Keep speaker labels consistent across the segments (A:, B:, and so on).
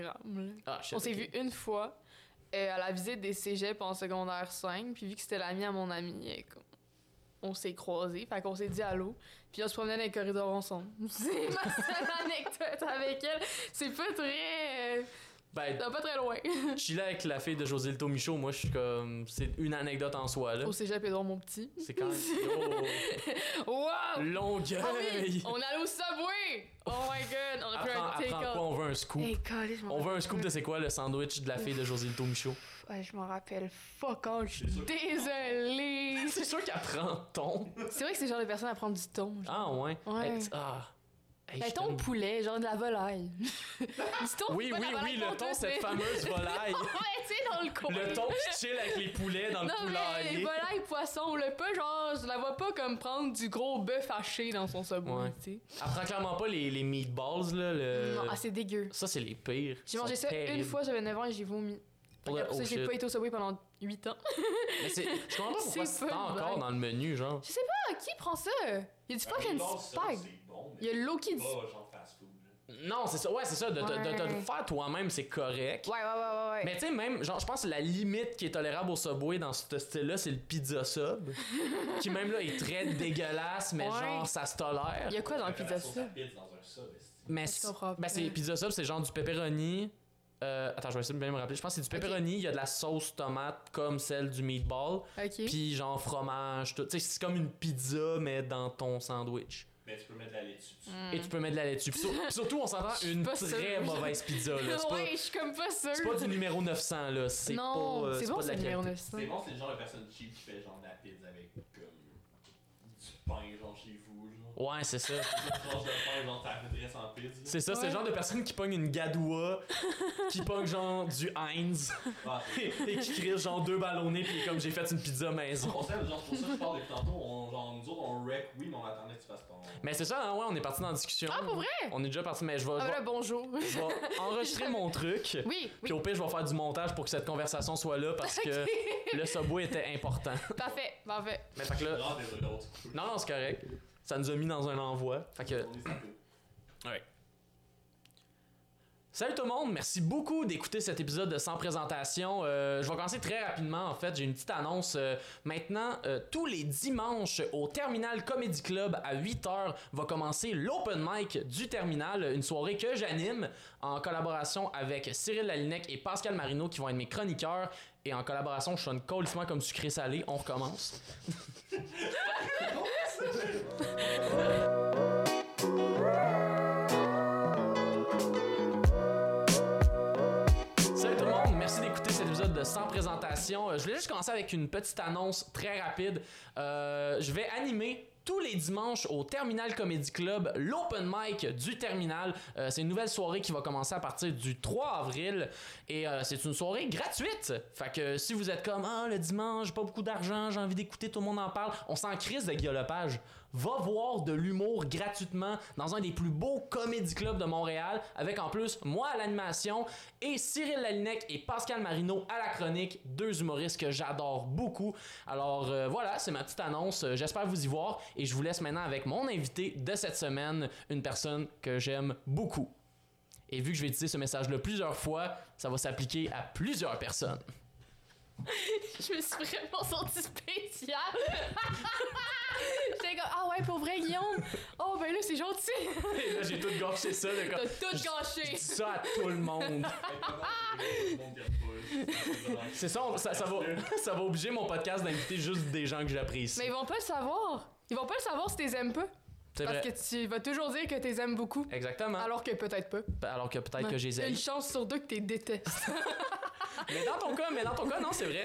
A: Instagram. là.
B: Ah, shit,
A: On s'est
B: ok.
A: vu une fois euh, à la visite des cégeps en secondaire 5, puis vu que c'était l'ami à mon ami, euh, comme, on s'est croisés, fait qu'on s'est dit allô, puis on se promenait dans les corridors ensemble. C'est ma seule anecdote avec elle. C'est pas très... euh,
B: Ben,
A: c'est pas très loin.
B: chiller avec la fille de José Lito Michaud, moi, je suis comme. C'est une anecdote en soi, là.
A: Au cégep Edouard mon petit.
B: C'est quand même. Oh,
A: Wow!
B: longueuil!
A: Ah oui, on allait au Subway! Oh my god, on a pris
B: Apprends,
A: un
B: apprends quoi,
A: take-off.
B: on veut un scoop.
A: Hey, golly, je m'en
B: on veut un
A: rappelle
B: scoop de c'est quoi le sandwich de la fille de José Lito Michaud?
A: pas. Ouais, je m'en rappelle fuck all, je suis
C: C'est sûr.
A: désolée.
B: C'est sûr qu'elle prend ton.
A: C'est vrai que c'est le genre de personne à prendre du ton. genre.
B: Ah, ouais.
A: Ouais.
B: Elle- ah. Hey,
A: Ben,
B: je
A: ton
B: t'aime.
A: poulet, genre de la volaille. du thon,
B: Oui,
A: c'est pas de
B: oui,
A: la volaille
B: oui, le
A: qu'on
B: ton,
A: peut,
B: cette
A: mais- Oh,
B: fameuse volaille.
A: Ouais, tu sais, dans le coin.
B: le ton qui chill avec les poulets dans
A: Non,
B: le
A: mais les
B: poulailler.
A: volailles, poissons, le peu, genre, je la vois pas comme prendre du gros bœuf haché dans son subway,
B: Ouais.
A: tu sais.
B: Elle prend clairement pas les, les meatballs, là. Le...
A: Non, ah, c'est dégueu.
B: Ça, c'est les pires.
A: J'ai
B: Ils
A: mangé ça
B: sont
A: une
B: terribles.
A: fois, j'avais 9 ans et j'ai vomi.
B: Pour
A: Fait
B: le-
A: qu'après ça,
B: oh,
A: j'ai
B: shit.
A: pas été au subway pendant 8 ans.
B: Mais c'est- je comprends pas
A: C'est
B: pourquoi c'est
A: pas une
B: encore
A: blague.
B: dans le menu, genre.
A: Ah, qui prend ça? Il y a
C: Ah,
A: du fucking spike. Il y a
C: le
A: le low qui dit. Ouais,
C: pas genre fast food. là.
B: Non, c'est ça. Ouais, c'est ça. De, te- de te le
A: Ouais.
B: faire toi-même, c'est correct.
A: ouais, ouais, ouais. ouais.
B: Mais tu sais, même, genre, je pense que la limite qui est tolérable au Subway dans ce style-là, c'est le pizza sub. qui, même là, est très dégueulasse, mais
A: Ouais.
B: genre, ça se tolère.
A: Il y a quoi dans le
C: Faire
A: pizza
C: la sauce à
A: sub?
C: pizza dans un sub, esti.
B: Mais
A: Je comprends
B: ben, c'est
A: pas.
B: pizza sub, c'est genre du pepperoni. euh, attends, je vais essayer de bien me rappeler. Je pense que c'est du pepperoni, il y a de la sauce tomate comme celle du meatball,
A: Ok.
B: puis genre fromage, tout. Tu sais, c'est comme une pizza, mais dans ton sandwich.
C: Mais tu peux mettre de la laitue
A: Mm.
C: dessus.
A: Hmm.
B: Et tu peux mettre de la laitue. Puis sur- puis surtout, on s'entend
A: Je suis
B: une
A: pas
B: très
A: sûre.
B: mauvaise pizza, là. C'est pas,
A: ouais, je suis comme pas sûre.
B: c'est pas du numéro 900, là. C'est
A: non,
B: pas, euh,
A: c'est
B: pas
A: bon,
B: de la
A: c'est le numéro
B: qualité.
A: 900.
C: C'est bon, c'est le genre de personne cheap qui fait genre de la pizza avec comme du pain genre chez vous, genre.
B: Ouais, c'est ça.
C: Une tranche de pain genre ta redresse en pizza.
B: C'est ça, c'est le
A: Ouais.
B: genre de personne qui pogne une gadoua, qui pogne genre du Heinz,
C: Ah, c'est-
B: et, et qui crie genre deux ballonnés, puis comme j'ai fait une pizza maison.
C: On sait, genre, pour ça, je parle depuis tantôt, on, genre, nous autres, on rec, oui, mais on attendait que tu fasses ton.
B: Mais c'est ça, hein, ouais, on est parti dans la discussion.
A: Ah, pour vrai?
B: On est déjà parti, mais je vais,
A: Ah, ben
B: je
A: là,
B: vais-
A: bonjour.
B: je vais enregistrer mon truc.
A: Oui, oui.
B: Puis au pire, je vais faire du montage pour que cette conversation soit là parce que le subway était important.
A: Parfait, parfait.
B: Mais fait que là,
C: Non, désolé, l'autre.
B: non, non, c'est correct. Ça nous a mis dans un envoi. Fait que,
C: On est sapés.
B: ouais. Salut tout le monde, merci beaucoup d'écouter cet épisode de Sans Présentation. Euh, je vais commencer très rapidement en fait, j'ai une petite annonce. Euh, maintenant, euh, tous les dimanches au Terminal Comedy Club à 8h va commencer l'open mic du Terminal, une soirée que j'anime en collaboration avec Cyril Lalinec et Pascal Marino qui vont être mes chroniqueurs et en collaboration, je sonne colissement comme sucré salé, on recommence. Salut tout le monde, merci d'écouter cet épisode de Sans Présentation. Euh, Je voulais juste commencer avec une petite annonce très rapide. Euh, je vais animer tous les dimanches au Terminal Comedy Club l'open mic du Terminal. Euh, c'est une nouvelle soirée qui va commencer à partir du 3 avril et euh, c'est une soirée gratuite. Fait que si vous êtes comme ah le dimanche, j'ai pas beaucoup d'argent, j'ai envie d'écouter tout le monde en parle, on s'en crise de Guillaume Lepage. Va voir de l'humour gratuitement dans un des plus beaux comédie clubs de Montréal avec en plus moi à l'animation et Cyril Lalinec et Pascal Marino à la chronique, deux humoristes que j'adore beaucoup. Alors euh, voilà, c'est ma petite annonce, Euh, j'espère vous y voir et je vous laisse maintenant avec mon invité de cette semaine, une personne que j'aime beaucoup. Et vu que je vais utiliser ce message-là plusieurs fois, ça va s'appliquer à plusieurs personnes.
A: Je me suis vraiment sentie spéciale. J'étais comme, ah ouais, pour vrai, Guillaume. Oh, ben là, c'est gentil.
B: Et là, j'ai tout gâché ça. de
A: T'as
B: comme-
A: tout
B: Je
A: gâché.
B: dis ça à tout le monde.
C: Fait que pendant que tout le monde dit pas, c'est vraiment-
B: C'est ça, on- ça, ça va, ça va obliger mon podcast d'inviter juste des gens que j'apprécie.
A: Mais ils vont pas le savoir. Ils vont pas le savoir si t'es aimes pas.
B: C'est
A: Parce
B: vrai. Hein?
A: que tu vas toujours dire que t'es aimes beaucoup.
B: Exactement. Alors,
A: Alors que peut-être pas.
B: que peut-être que je les aime.
A: Une chance sur deux que t'es détestes.
B: Mais dans ton cas, mais dans ton cas, non, c'est vrai.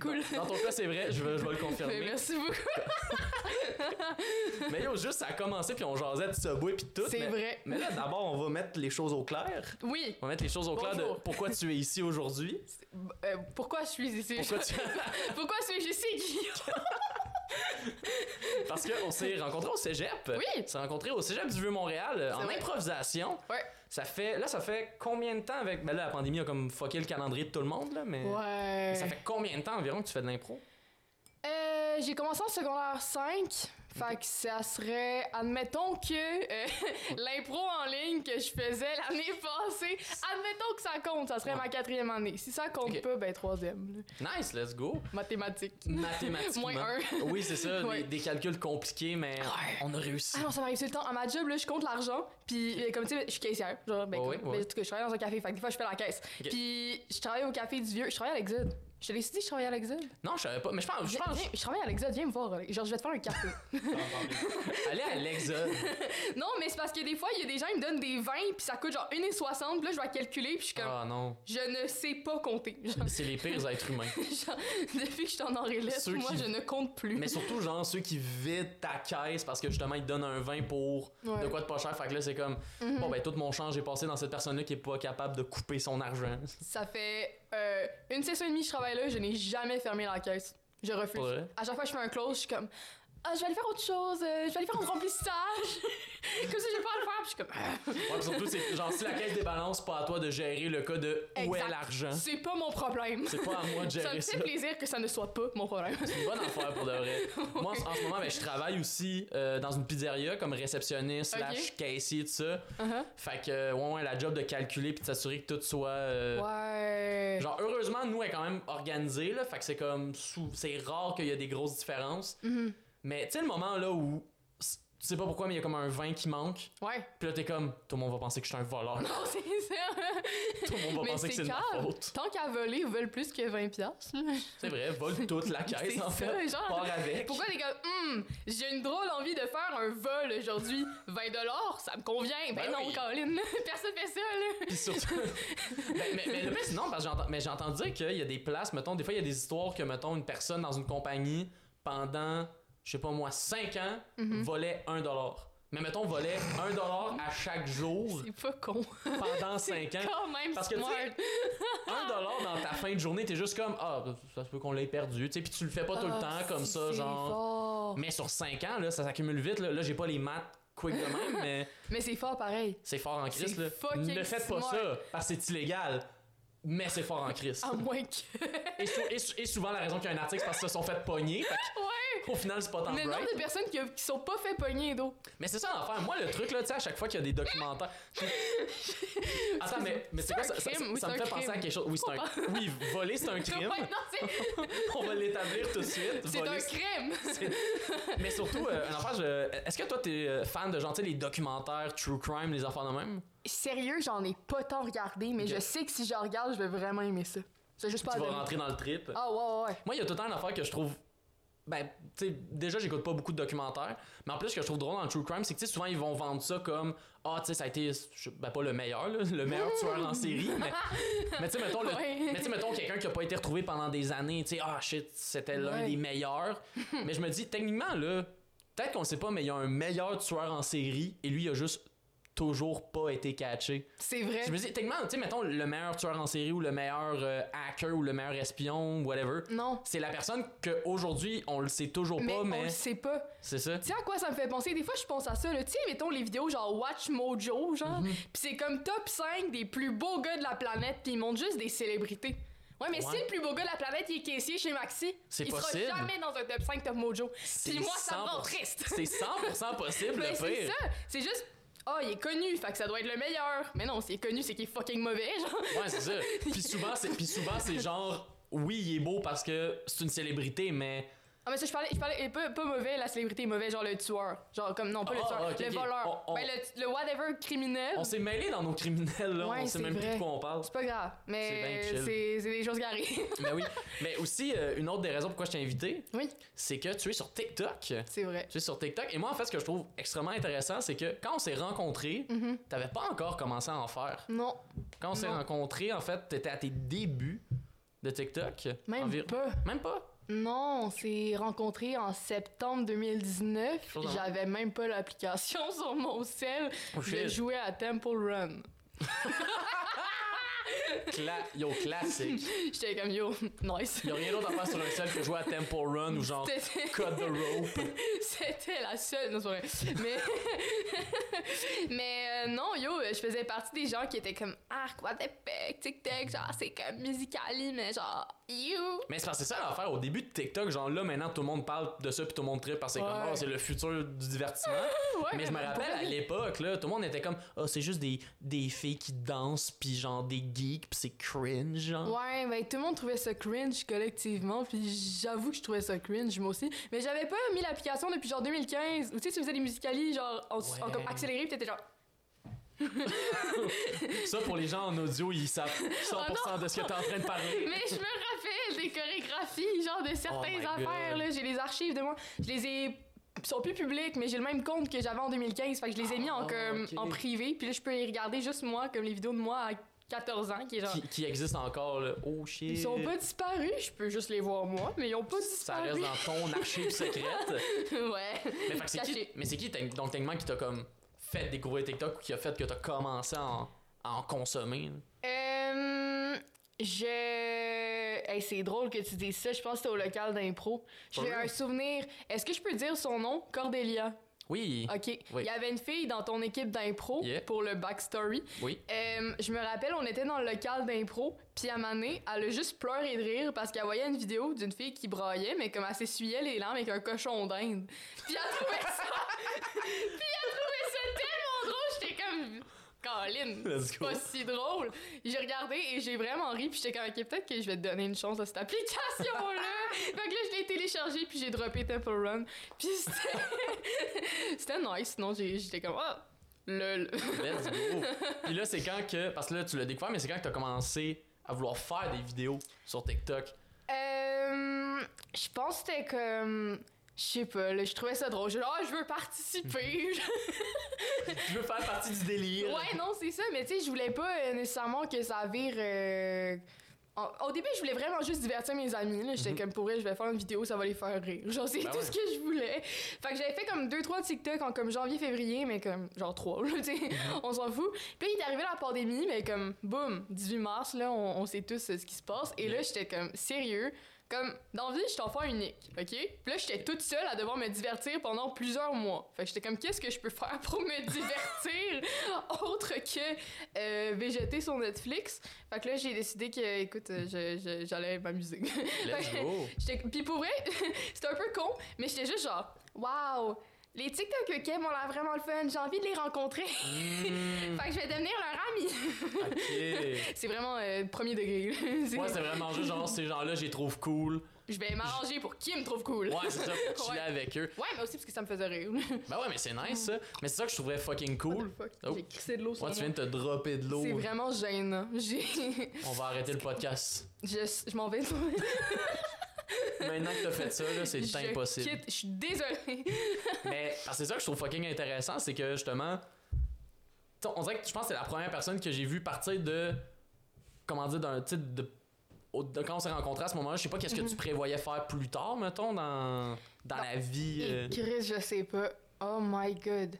A: Cool.
B: Dans, dans ton cas, c'est vrai. Je vais, je vais le
A: Mais
B: confirmer.
A: merci beaucoup.
B: Mais yo, juste ça a commencé puis on jasait de Subway puis tout.
A: C'est
B: mais-
A: vrai.
B: Mais là, d'abord, on va mettre les choses au clair.
A: Oui.
B: On va mettre les choses au clair de
A: Bonjour.
B: pourquoi tu es ici aujourd'hui.
A: Euh, pourquoi je suis ici?
B: Pourquoi tu...
A: Pourquoi suis-je ici, Guillaume?
B: Parce qu'on s'est rencontrés au cégep.
A: Oui.
B: On s'est rencontrés au cégep du Vieux-Montréal euh, en
A: vrai.
B: improvisation.
A: Ouais.
B: Ça fait, là, ça fait combien de temps avec. Ben là, la pandémie a comme fucké le calendrier de tout le monde, là, mais.
A: Ouais.
B: Ça fait combien de temps environ que tu fais de l'impro?
A: Euh, j'ai commencé en secondaire 5. Fait que ça serait, admettons que euh, l'impro en ligne que je faisais l'année passée, admettons que ça compte, ça serait
B: Ouais.
A: ma quatrième année. Si ça compte
B: Ok.
A: pas, ben troisième. là.
B: Nice, let's go.
A: Mathématiques.
B: Mathématiquement.
A: Moins un.
B: oui, c'est ça, des-
A: Ouais.
B: des, calculs compliqués, mais on a réussi.
A: Ah non, ça m'arrive tout le temps. À ma job, là, je compte l'argent, puis euh, comme tu sais, je suis caissière. Genre, ben,
B: Ouais, ouais,
A: comme-
B: ouais.
A: ben, en tout cas, je travaille dans un café, fait que des fois, je fais la caisse.
B: Ok.
A: Puis je travaille au café du vieux, je travaille à l'Exode. Je te l'ai dit, je travaille à l'Exode.
B: Non, je savais pas, mais je pense, je
A: Viens-
B: pense,
A: viens, je travaille à l'Exode, viens me voir. Alex. Genre, je vais te faire un café.
B: aller à l'Exode.
A: non, mais c'est parce que des fois, il y a des gens, ils me donnent des 20, puis ça coûte genre 1,60, puis là, je vais calculer, puis je suis comme,
B: Ah non,
A: je ne sais pas compter. Genre,
B: c'est les pires êtres humains.
A: genre, depuis que je suis en enrélette,
B: Ceux
A: moi,
B: qui-
A: je ne compte plus.
B: Mais surtout, genre, ceux qui vident ta caisse parce que justement, ils te donnent un vin pour
A: Ouais.
B: de quoi de pas cher. Fait que là, c'est comme,
A: Mhm.
B: bon, ben, tout mon change est passé dans cette personne-là qui est pas capable de couper son argent.
A: Ça fait euh, une session et demie que je travaille là, je n'ai jamais fermé la caisse. Je refuse.
B: Pour vrai?
A: À chaque fois que je fais un close, je suis comme ah, je vais aller faire autre chose, euh, je vais aller faire un remplissage. comme si je vais pas à le faire, puis je suis comme Ah,
B: Ouais, pis surtout, c'est genre, si la caisse débalance, pas à toi de gérer le cas de où
A: Exact.
B: est l'argent.
A: c'est pas mon problème.
B: Hein? C'est pas à moi de
A: Ça me
B: gérer
A: fait
B: ça.
A: plaisir que ça ne soit pas mon problème.
B: C'est une bonne affaire pour de vrai. Moi, en, en ce moment, ben, je travaille aussi euh, dans une pizzeria comme réceptionniste,
A: Ok.
B: slash caissier, tout ça.
A: Uh-huh.
B: Fait que, euh, ouais, ouais, la job de calculer puis de s'assurer que tout soit. euh,
A: Ouais.
B: Genre, heureusement, nous, elle est quand même organisée, là. Fait que c'est comme. sous- C'est rare qu'il y a des grosses différences.
A: Mhm.
B: Mais tu sais, le moment là où. c- Tu sais pas pourquoi, mais il y a comme un vin qui manque.
A: Ouais.
B: Puis là, t'es comme. Tout le monde va penser que je suis un voleur.
A: Non, c'est ça.
B: Tout le monde va
A: Mais
B: penser que
A: c'est
B: c'est de ma
A: calme.
B: faute.
A: Tant qu'à voler, ils veulent plus que 20 piastres. là.
B: C'est vrai, vole toute la caisse,
A: C'est
B: en
A: ça,
B: fait.
A: genre.
B: Pars avec.
A: Pourquoi t'es comme, Hum, j'ai une drôle envie de faire un vol aujourd'hui, 20 dollars, ça me convient. Ben,
B: Ben
A: non,
B: oui.
A: Colin, personne fait ça, là.
B: Puis surtout. ben, mais, mais- mais le pire, c'est non, parce que j'entends- mais j'ai entendu dire qu'il y a des places, mettons, des fois, il y a des histoires que, mettons, une personne dans une compagnie, pendant, je sais pas moi, 5 ans,
A: Mhm.
B: volait 1 dollar. Mais mettons, volait 1 dollar à chaque jour
A: C'est pas con.
B: pendant 5 ans.
A: Quand même,
B: Parce que, tu sais,
A: smart.
B: 1 dollar dans ta fin de journée, t'es juste comme, ah, ça se peut qu'on l'ait perdu, tu sais, puis tu le fais pas tout
A: Ah,
B: le temps comme ça, genre. Mais sur 5 ans, là, ça s'accumule vite. Là, Là, j'ai pas les maths quick de même, mais
A: Mais c'est fort pareil.
B: c'est fort en crise.
A: C'est
B: là.
A: fucking
B: Ne faites pas
A: smart. Ah
B: ça, parce que c'est illégal. Mais c'est fort en crise.
A: À moins que.
B: Et, sou- et sou- et souvent, la raison qu'il y a un article, c'est parce qu'ils se sont fait pogner. Fait que,
A: ouais!
B: Au final, c'est pas tant
A: Le nombre
B: bright.
A: de personnes qui, qui sont pas fait pogner d'eau.
B: Mais c'est ça l'enfer. Moi, le truc, là, tu sais, à chaque fois qu'il y a des documentaires. Attends, mais, mais c'est quoi
A: C'est un
B: ça? ça-
A: crime,
B: ça-
A: oui,
B: ça me
A: c'est
B: fait
A: un
B: penser à
A: crime.
B: quelque chose. Oui, c'est un. Oui, voler, c'est un crime.
A: Ouais, non, c'est-
B: On va l'établir tout de suite.
A: c'est
B: Voler,
A: un crime!
B: Mais surtout, euh, un enfant, je- est-ce que toi, t'es euh, fan de genre, tu sais, les documentaires True Crime, les enfants de même?
A: Sérieux, j'en ai pas tant regardé, mais
B: Ok.
A: je sais que si je regarde, je vais vraiment aimer ça. C'est juste pas
B: Tu
A: à
B: vas
A: donner.
B: rentrer dans le trip.
A: Ah, ouais, ouais, ouais.
B: Moi, il y a tout le temps une affaire que je trouve. Ben, tu sais, déjà, j'écoute pas beaucoup de documentaires, mais en plus, ce que je trouve drôle dans le True Crime, c'est que, tu sais, souvent, ils vont vendre ça comme Ah, tu sais, ça a été. je- Ben, pas le meilleur, là, le meilleur tueur en série, mais. mais tu sais, mettons, le-
A: Ouais.
B: mais tu sais, mettons quelqu'un qui a pas été retrouvé pendant des années, tu sais, ah, shit, c'était l'un
A: Ouais.
B: des meilleurs. mais je me dis, techniquement, là, peut-être qu'on le sait pas, mais il y a un meilleur tueur en série, et lui, il a juste toujours pas été catché.
A: C'est vrai.
B: Je me dis, techniquement, tu sais, mettons, le meilleur tueur en série, ou le meilleur euh, hacker, ou le meilleur espion, whatever.
A: Non.
B: C'est la personne qu'aujourd'hui, on le sait toujours
A: Mais
B: pas,
A: on
B: mais
A: le sait pas.
B: c'est ça.
A: Tu sais à quoi ça me fait penser? Des fois, je pense à ça, là. Tu sais, mettons les vidéos genre Watch Mojo, genre.
B: Mhm.
A: Pis c'est comme top 5 des plus beaux gars de la planète, pis ils montrent juste des célébrités. Ouais, mais
B: Ouais.
A: si le plus beau gars de la planète, il est caissier chez Maxi,
B: C'est
A: il
B: possible.
A: sera jamais dans un top 5 top Mojo.
B: C'est
A: Pis moi, ça me rend
B: 100%.
A: triste.
B: C'est 100% possible,
A: Mais
B: le
A: c'est
B: pire.
A: ça! C'est juste. Ah, il est connu, fait que ça doit être le meilleur. Mais non, s'il est connu, c'est qu'il est fucking mauvais, genre.
B: Ouais, c'est ça. Puis souvent, c'est, puis souvent, c'est genre, oui, il est beau parce que c'est une célébrité, mais.
A: Ah, mais ça, je parlais, je parlais, pas, pas mauvais, la célébrité est mauvaise, genre le tueur. Genre, comme, non, pas le
B: Ah,
A: tueur,
B: ok,
A: le
B: ok.
A: voleur.
B: On- on-
A: Ben, le, le whatever criminel.
B: On s'est mêlé dans nos criminels, là.
A: Ouais,
B: on sait
A: c'est
B: même plus
A: vrai.
B: de quoi on parle.
A: C'est pas grave, mais
B: C'est bien chill.
A: c'est c'est des choses qui arrivent.
B: mais oui. Mais aussi, euh, une autre des raisons pourquoi je t'ai invité,
A: Oui,
B: c'est que tu es sur TikTok.
A: c'est vrai.
B: Tu es sur TikTok. Et moi, en fait, ce que je trouve extrêmement intéressant, c'est que quand on s'est rencontrés,
A: Mhm.
B: t'avais pas encore commencé à en faire.
A: Non,
B: Quand on s'est
A: Non.
B: rencontrés, en fait, t'étais à tes débuts de TikTok.
A: même
B: Environ-
A: pas.
B: Même pas.
A: Non, on s'est rencontrés en septembre 2019.
B: Chose en-
A: J'avais même pas l'application sur mon cell.
B: Oh,
A: Je
B: shit.
A: jouais à Temple Run.
B: Cla- yo, classique.
A: J'étais comme yo, nice.
B: Y a rien d'autre à faire sur un sel que jouer à Temple Run ou genre
A: C'était-
B: Cut the Rope.
A: C'était la seule. Non, c'est pas vrai. Mais, mais euh, non, yo, je faisais partie des gens qui étaient comme Ah, quoi, t'es pec, tic-tac, genre, c'est comme musicali, mais genre, you.
B: Mais c'est parce que c'est ça l'affaire au début de TikTok. Genre là, maintenant, tout le monde parle de ça puis tout le monde trip parce que c'est comme,
A: Ouais.
B: oh, c'est le futur du divertissement.
A: Ouais,
B: mais je me
A: pour
B: rappelle à
A: vrai.
B: l'époque, là, tout le monde était comme, oh, c'est juste des, des filles qui dansent puis genre des geeks puis c'est cringe. Genre.
A: Ouais, ben tout le monde trouvait ça cringe collectivement, puis j'avoue que je trouvais ça cringe moi aussi. Mais j'avais pas mis l'application depuis genre 2015, où tu sais, tu faisais des musicali genre en, en
B: Ouais.
A: comme accéléré, puis t'étais genre.
B: Ça, pour les gens en audio, ils savent 100%
A: Ah
B: de ce que t'es en train de parler.
A: Mais je me rappelle des chorégraphies, genre de certaines
B: Oh my
A: affaires,
B: God.
A: là. J'ai les archives de moi. Je les ai. Ils sont plus publics, mais j'ai le même compte que j'avais en 2015. Fait que je les ai mis en,
B: Ah,
A: comme,
B: ok.
A: en privé, puis là, je peux les regarder juste moi, comme les vidéos de moi à 14 ans, qui est genre.
B: Qui, qui existe encore, là. Oh shit.
A: Ils sont pas disparus, je peux juste les voir moi, mais ils ont pas
B: Ça reste
A: disparu.
B: dans ton archive secrète.
A: ouais.
B: Mais fait que c'est qui,
A: Caché.
B: mais c'est qui t'as- donc techniquement qui t'a comme fait découvrir TikTok ou qui a fait que t'as commencé à en, à en consommer? là?
A: Euh, je. Hey, c'est drôle que tu dises ça. Je pense que c'était au local d'impro.
B: Pour
A: J'ai
B: vrai?
A: un souvenir. Est-ce que je peux dire son nom? Cordelia.
B: Oui,
A: OK.
B: Oui.
A: Il y avait une fille dans ton équipe d'impro
B: Yeah.
A: pour le backstory.
B: oui.
A: Euh, je me rappelle, on était dans le local d'impro, puis à un moment donné, elle a juste pleuré de rire parce qu'elle voyait une vidéo d'une fille qui braillait, mais comme elle s'essuyait les larmes avec un cochon d'Inde. Puis elle trouvait ça... puis elle trouvait ça tellement drôle, j'étais comme... Colin,
B: Let's
A: c'est
B: go.
A: pas si drôle. J'ai regardé et j'ai vraiment ri, puis j'étais comme, OK, peut-être que je vais te donner une chance à cette application-là. fait que là, je l'ai téléchargée, puis j'ai droppé Temple Run. Puis c'était... c'était nice, sinon j'ai- j'étais comme, ah, lol.
B: Let's go. Puis là, c'est quand que. Parce que là, tu l'as découvert, mais c'est quand que t'as commencé à vouloir faire des vidéos sur TikTok.
A: Euh, je pense que c'était comme. Je sais pas, là, je trouvais ça drôle. Je ah, je veux participer.
B: Tu veux faire partie du délire.
A: ouais, non, c'est ça, mais tu sais, je voulais pas euh, nécessairement que ça vire. euh, en- Au début, je voulais vraiment juste divertir mes amis. là. J'étais
B: Mhm.
A: comme pour vrai, je vais faire une vidéo, ça va les faire rire. Genre, c'est
B: Ben
A: tout
B: ouais.
A: ce que je voulais. Fait que j'avais fait comme deux, trois TikTok en comme janvier, février, mais comme genre trois, là, tu sais.
B: Mhm.
A: On s'en fout. Puis il est arrivé la pandémie, mais comme, boum, 18 mars, là, on, on sait tous euh, ce qui se passe. Et là, j'étais comme, sérieux, comme, dans la vie, je suis enfant unique, OK? Puis là, j'étais toute seule à devoir me divertir pendant plusieurs mois. Fait que j'étais comme, qu'est-ce que je peux faire pour me divertir autre que euh, végéter sur Netflix? Fait que là, j'ai décidé que, écoute, euh, je- je- j'allais m'amuser.
B: Let's go.
A: J'étais- Puis pour vrai, c'était un peu con, mais j'étais juste genre, waouh, les TikTok Kim ont l'air vraiment le fun, j'ai envie de les rencontrer.
B: Mm,
A: Fait que je vais devenir leur ami.
B: ok.
A: C'est vraiment euh, premier degré. là. C'est-
B: Moi, c'est vraiment juste genre, ces gens-là, je les trouve cool.
A: Je vais m'arranger pour qui me trouve cool.
B: Ouais, c'est ça, pour chiller
A: Ouais.
B: avec eux.
A: Ouais, mais aussi parce que ça me faisait rire.
B: Ben ouais, mais c'est nice, ça. Mais c'est ça que je trouverais fucking cool.
A: What the fuck,
B: Oh.
A: J'ai crissé de l'eau sur
B: Ouais, tu viens
A: moi.
B: de te dropper de l'eau.
A: C'est vraiment gênant. J'ai...
B: On va arrêter le podcast.
A: Je, je m'en vais.
B: Maintenant que t'as fait ça, là, c'est
A: Je
B: impossible.
A: quitte. Je suis désolée.
B: Mais parce que c'est ça que je trouve fucking intéressant, c'est que justement, t'sais, on dirait que je pense que c'est la première personne que j'ai vu partir de, comment dire, d'un titre de, au- de- quand on s'est rencontrés à ce moment-là. Je sais pas qu'est-ce que tu prévoyais faire plus tard, mettons, dans
A: Mhm. Non.
B: dans la vie. euh.
A: Et Chris, je sais pas. Oh my god.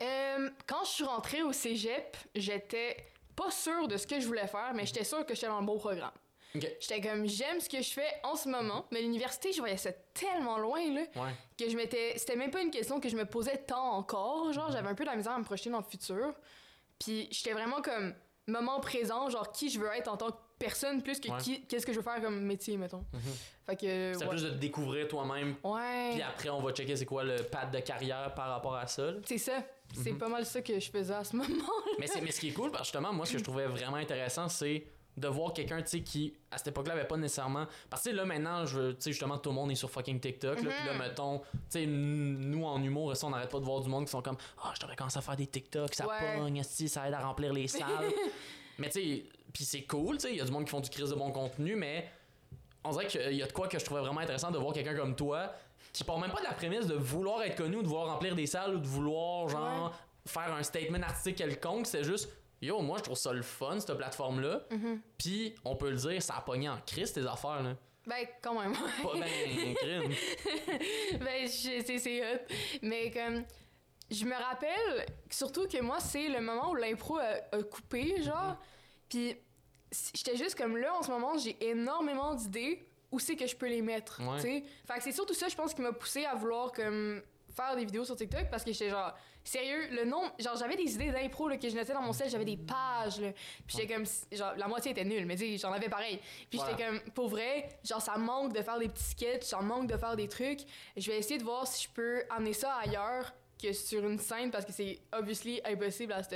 A: Euh, quand je suis rentrée au cégep, j'étais pas sûre de ce que je voulais faire, mais j'étais sûre que j'étais dans le bon programme.
B: Ok.
A: J'étais comme, j'aime ce que je fais en ce moment, mais l'université, je voyais ça tellement loin, là.
B: Ouais.
A: que je m'étais c'était même pas une question que je me posais tant encore genre j'avais un peu de la misère à me projeter dans le futur puis j'étais vraiment comme moment présent genre qui je veux être en tant que personne plus que
B: Ouais.
A: qui qu'est-ce que je veux faire comme métier mettons
B: Mhm.
A: fait que
B: C'est
A: ouais,
B: plus de te découvrir toi-même.
A: Ouais.
B: Puis après, on va checker c'est quoi le pad de carrière par rapport à ça. là.
A: c'est ça c'est
B: Mhm.
A: pas mal ça que je faisais à ce moment
B: mais, c'est- mais ce qui est cool, parce que justement, moi, ce que je trouvais vraiment intéressant, c'est de voir quelqu'un, tu sais, qui, à cette époque-là, avait pas nécessairement... Parce que, tu sais, là, maintenant, je veux- tu sais, justement, tout le monde est sur fucking TikTok, là,
A: Mhm.
B: puis là, mettons, tu sais, n- nous, en humour, ça, on n'arrête pas de voir du monde qui sont comme « Ah, je devrais commencer à faire des TikTok, ça
A: Ouais.
B: pogne, esti, ça aide à remplir les salles. » Mais, tu sais, puis c'est cool, tu sais, il y a du monde qui font du crise de bon contenu, mais on dirait qu'il y a de quoi que je trouvais vraiment intéressant de voir quelqu'un comme toi qui part même pas de la prémisse de vouloir être connu ou de vouloir remplir des salles ou de vouloir genre faire un statement artistique quelconque, c'est juste yo, moi je trouve ça le fun cette plateforme là.
A: Mm-hmm.
B: Puis on peut le dire, ça a pogné en crise tes affaires là.
A: ben quand même
B: Pas ben crime.
A: ben, je- c'est c'est hot. Mais comme. Je me
B: Mhm.
A: rappelle surtout que moi, c'est le moment où l'impro a, a coupé, genre. Puis si- j'étais juste comme là en ce moment, j'ai énormément d'idées où c'est que je peux les mettre,
B: Ouais.
A: tu sais. Fait que c'est surtout ça je pense qui m'a poussé à vouloir comme faire des vidéos sur TikTok parce que j'étais genre sérieux, le nombre genre j'avais des idées d'impro là, que je notais dans mon sel, j'avais des pages là. Puis j'étais comme si- genre la moitié était nulle, mais tu sais, j'en avais pareil. Puis j'étais comme pour vrai, genre ça manque de faire des petits sketchs, ça manque de faire des trucs. Je vais essayer de voir si je peux amener ça ailleurs que sur une scène parce que c'est obviously impossible à ce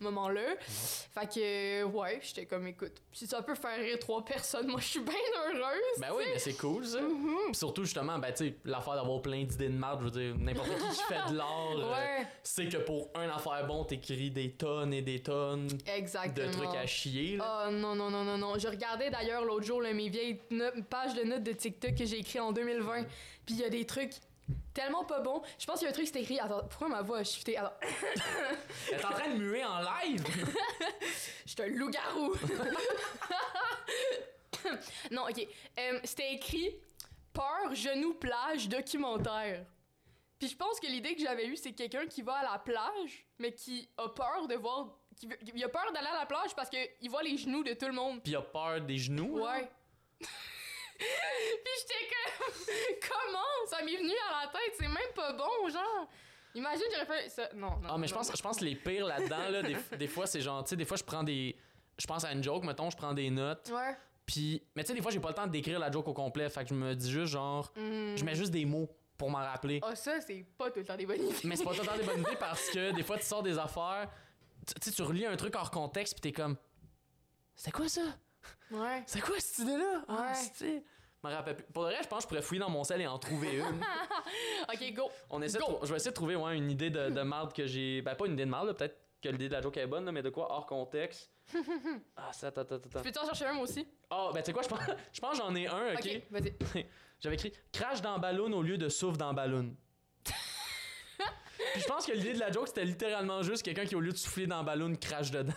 A: moment-là. Fait que, ouais, j'étais comme, écoute, si ça peut faire rire trois personnes, moi, je suis bien heureuse.
B: Ben oui, mais c'est cool ça.
A: Mm-hmm.
B: Puis Surtout justement, ben tu sais, l'affaire d'avoir plein d'idées de merde, je veux dire, n'importe qui qui fait de l'art, euh,
A: Ouais,
B: c'est que pour un affaire bon, t'écris des tonnes et des tonnes
A: exactement.
B: de trucs à chier. là.
A: Oh non, non, non, non, non. Je regardais d'ailleurs l'autre jour là, mes vieilles no- pages de notes de TikTok que j'ai écrit en 2020. Puis il y a des trucs tellement pas bons. Je pense qu'il y a un truc qui s'est écrit. Attends, pourquoi ma voix a shifté? Attends,
B: Elle est en train de muer en live.
A: je suis un loup-garou. non, ok. Euh, C'était écrit Peur, genoux, plage, documentaire. Puis je pense que l'idée que j'avais eue, c'est quelqu'un qui va à la plage, mais qui a peur de voir. Qui, veut- il a peur d'aller à la plage parce qu'il voit les genoux de tout le monde.
B: Puis il a peur des genoux. là.
A: Ouais. Puis j'étais comme. Comment Ça m'est venu à la tête, c'est même pas bon, genre. Imagine, j'aurais fait. Ça... Non, non.
B: Ah, mais je
A: non.
B: pense, je pense que les pires là-dedans, là, des, des fois, c'est genre, tu sais, des fois, je prends des. Je pense à une joke, mettons, je prends des notes.
A: Ouais.
B: Puis, mais tu sais, des fois, j'ai pas le temps d'écrire la joke au complet. Fait que je me dis juste, genre,
A: Hmm.
B: je mets juste des mots pour m'en rappeler.
A: Ah, ça, c'est pas tout le temps des bonnes idées.
B: Mais c'est pas totalement des bonnes idées parce que des fois, tu sors des affaires, tu tu sais, tu relis un truc hors contexte, puis t'es comme, c'est quoi ça?
A: Ouais.
B: C'est quoi cette idée-là? Ah,
A: Ouais.
B: c'est- je m'en rappelle plus. Pour le reste, je pense que je pourrais fouiller dans mon sel et en trouver une.
A: Ok, go.
B: On essaie de
A: Go!
B: trou- je vais essayer de trouver ouais, une idée de, de marde que j'ai. Ben, pas une idée de marde, là, peut-être que l'idée de la joke est bonne, là, mais de quoi hors contexte. ah, ça, attends, attends, attends.
A: Peux-tu en chercher un, moi aussi?
B: Ah, ben, tu sais quoi, je pense, je pense que j'en ai un, ok?
A: Ok, vas-y.
B: J'avais écrit crash dans ballon au lieu de souffle dans ballon. Puis je pense que l'idée de la joke, c'était littéralement juste quelqu'un qui, au lieu de souffler dans ballon, crache dedans.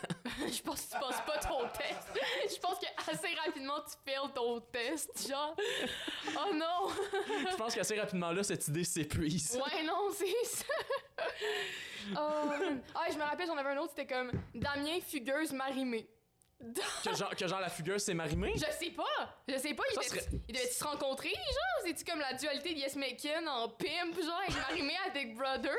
A: je pense que tu passes pas ton test. Je pense que assez rapidement, tu perds ton test, genre. Oh non!
B: je pense qu'assez rapidement, là, cette idée s'épuise.
A: Ouais, non, c'est ça. Oh, man. ah, je me rappelle, j'en avais un autre, c'était comme Damien Fugueuse Marimé.
B: que, genre, que genre la fugueuse, c'est marimée.
A: Je sais pas, je sais pas, il
B: Ça
A: devait,
B: serait-
A: il devait se rencontrer, genre, c'est-tu comme la dualité de Yes Maken en pimp, genre, avec Marimé à Big Brother?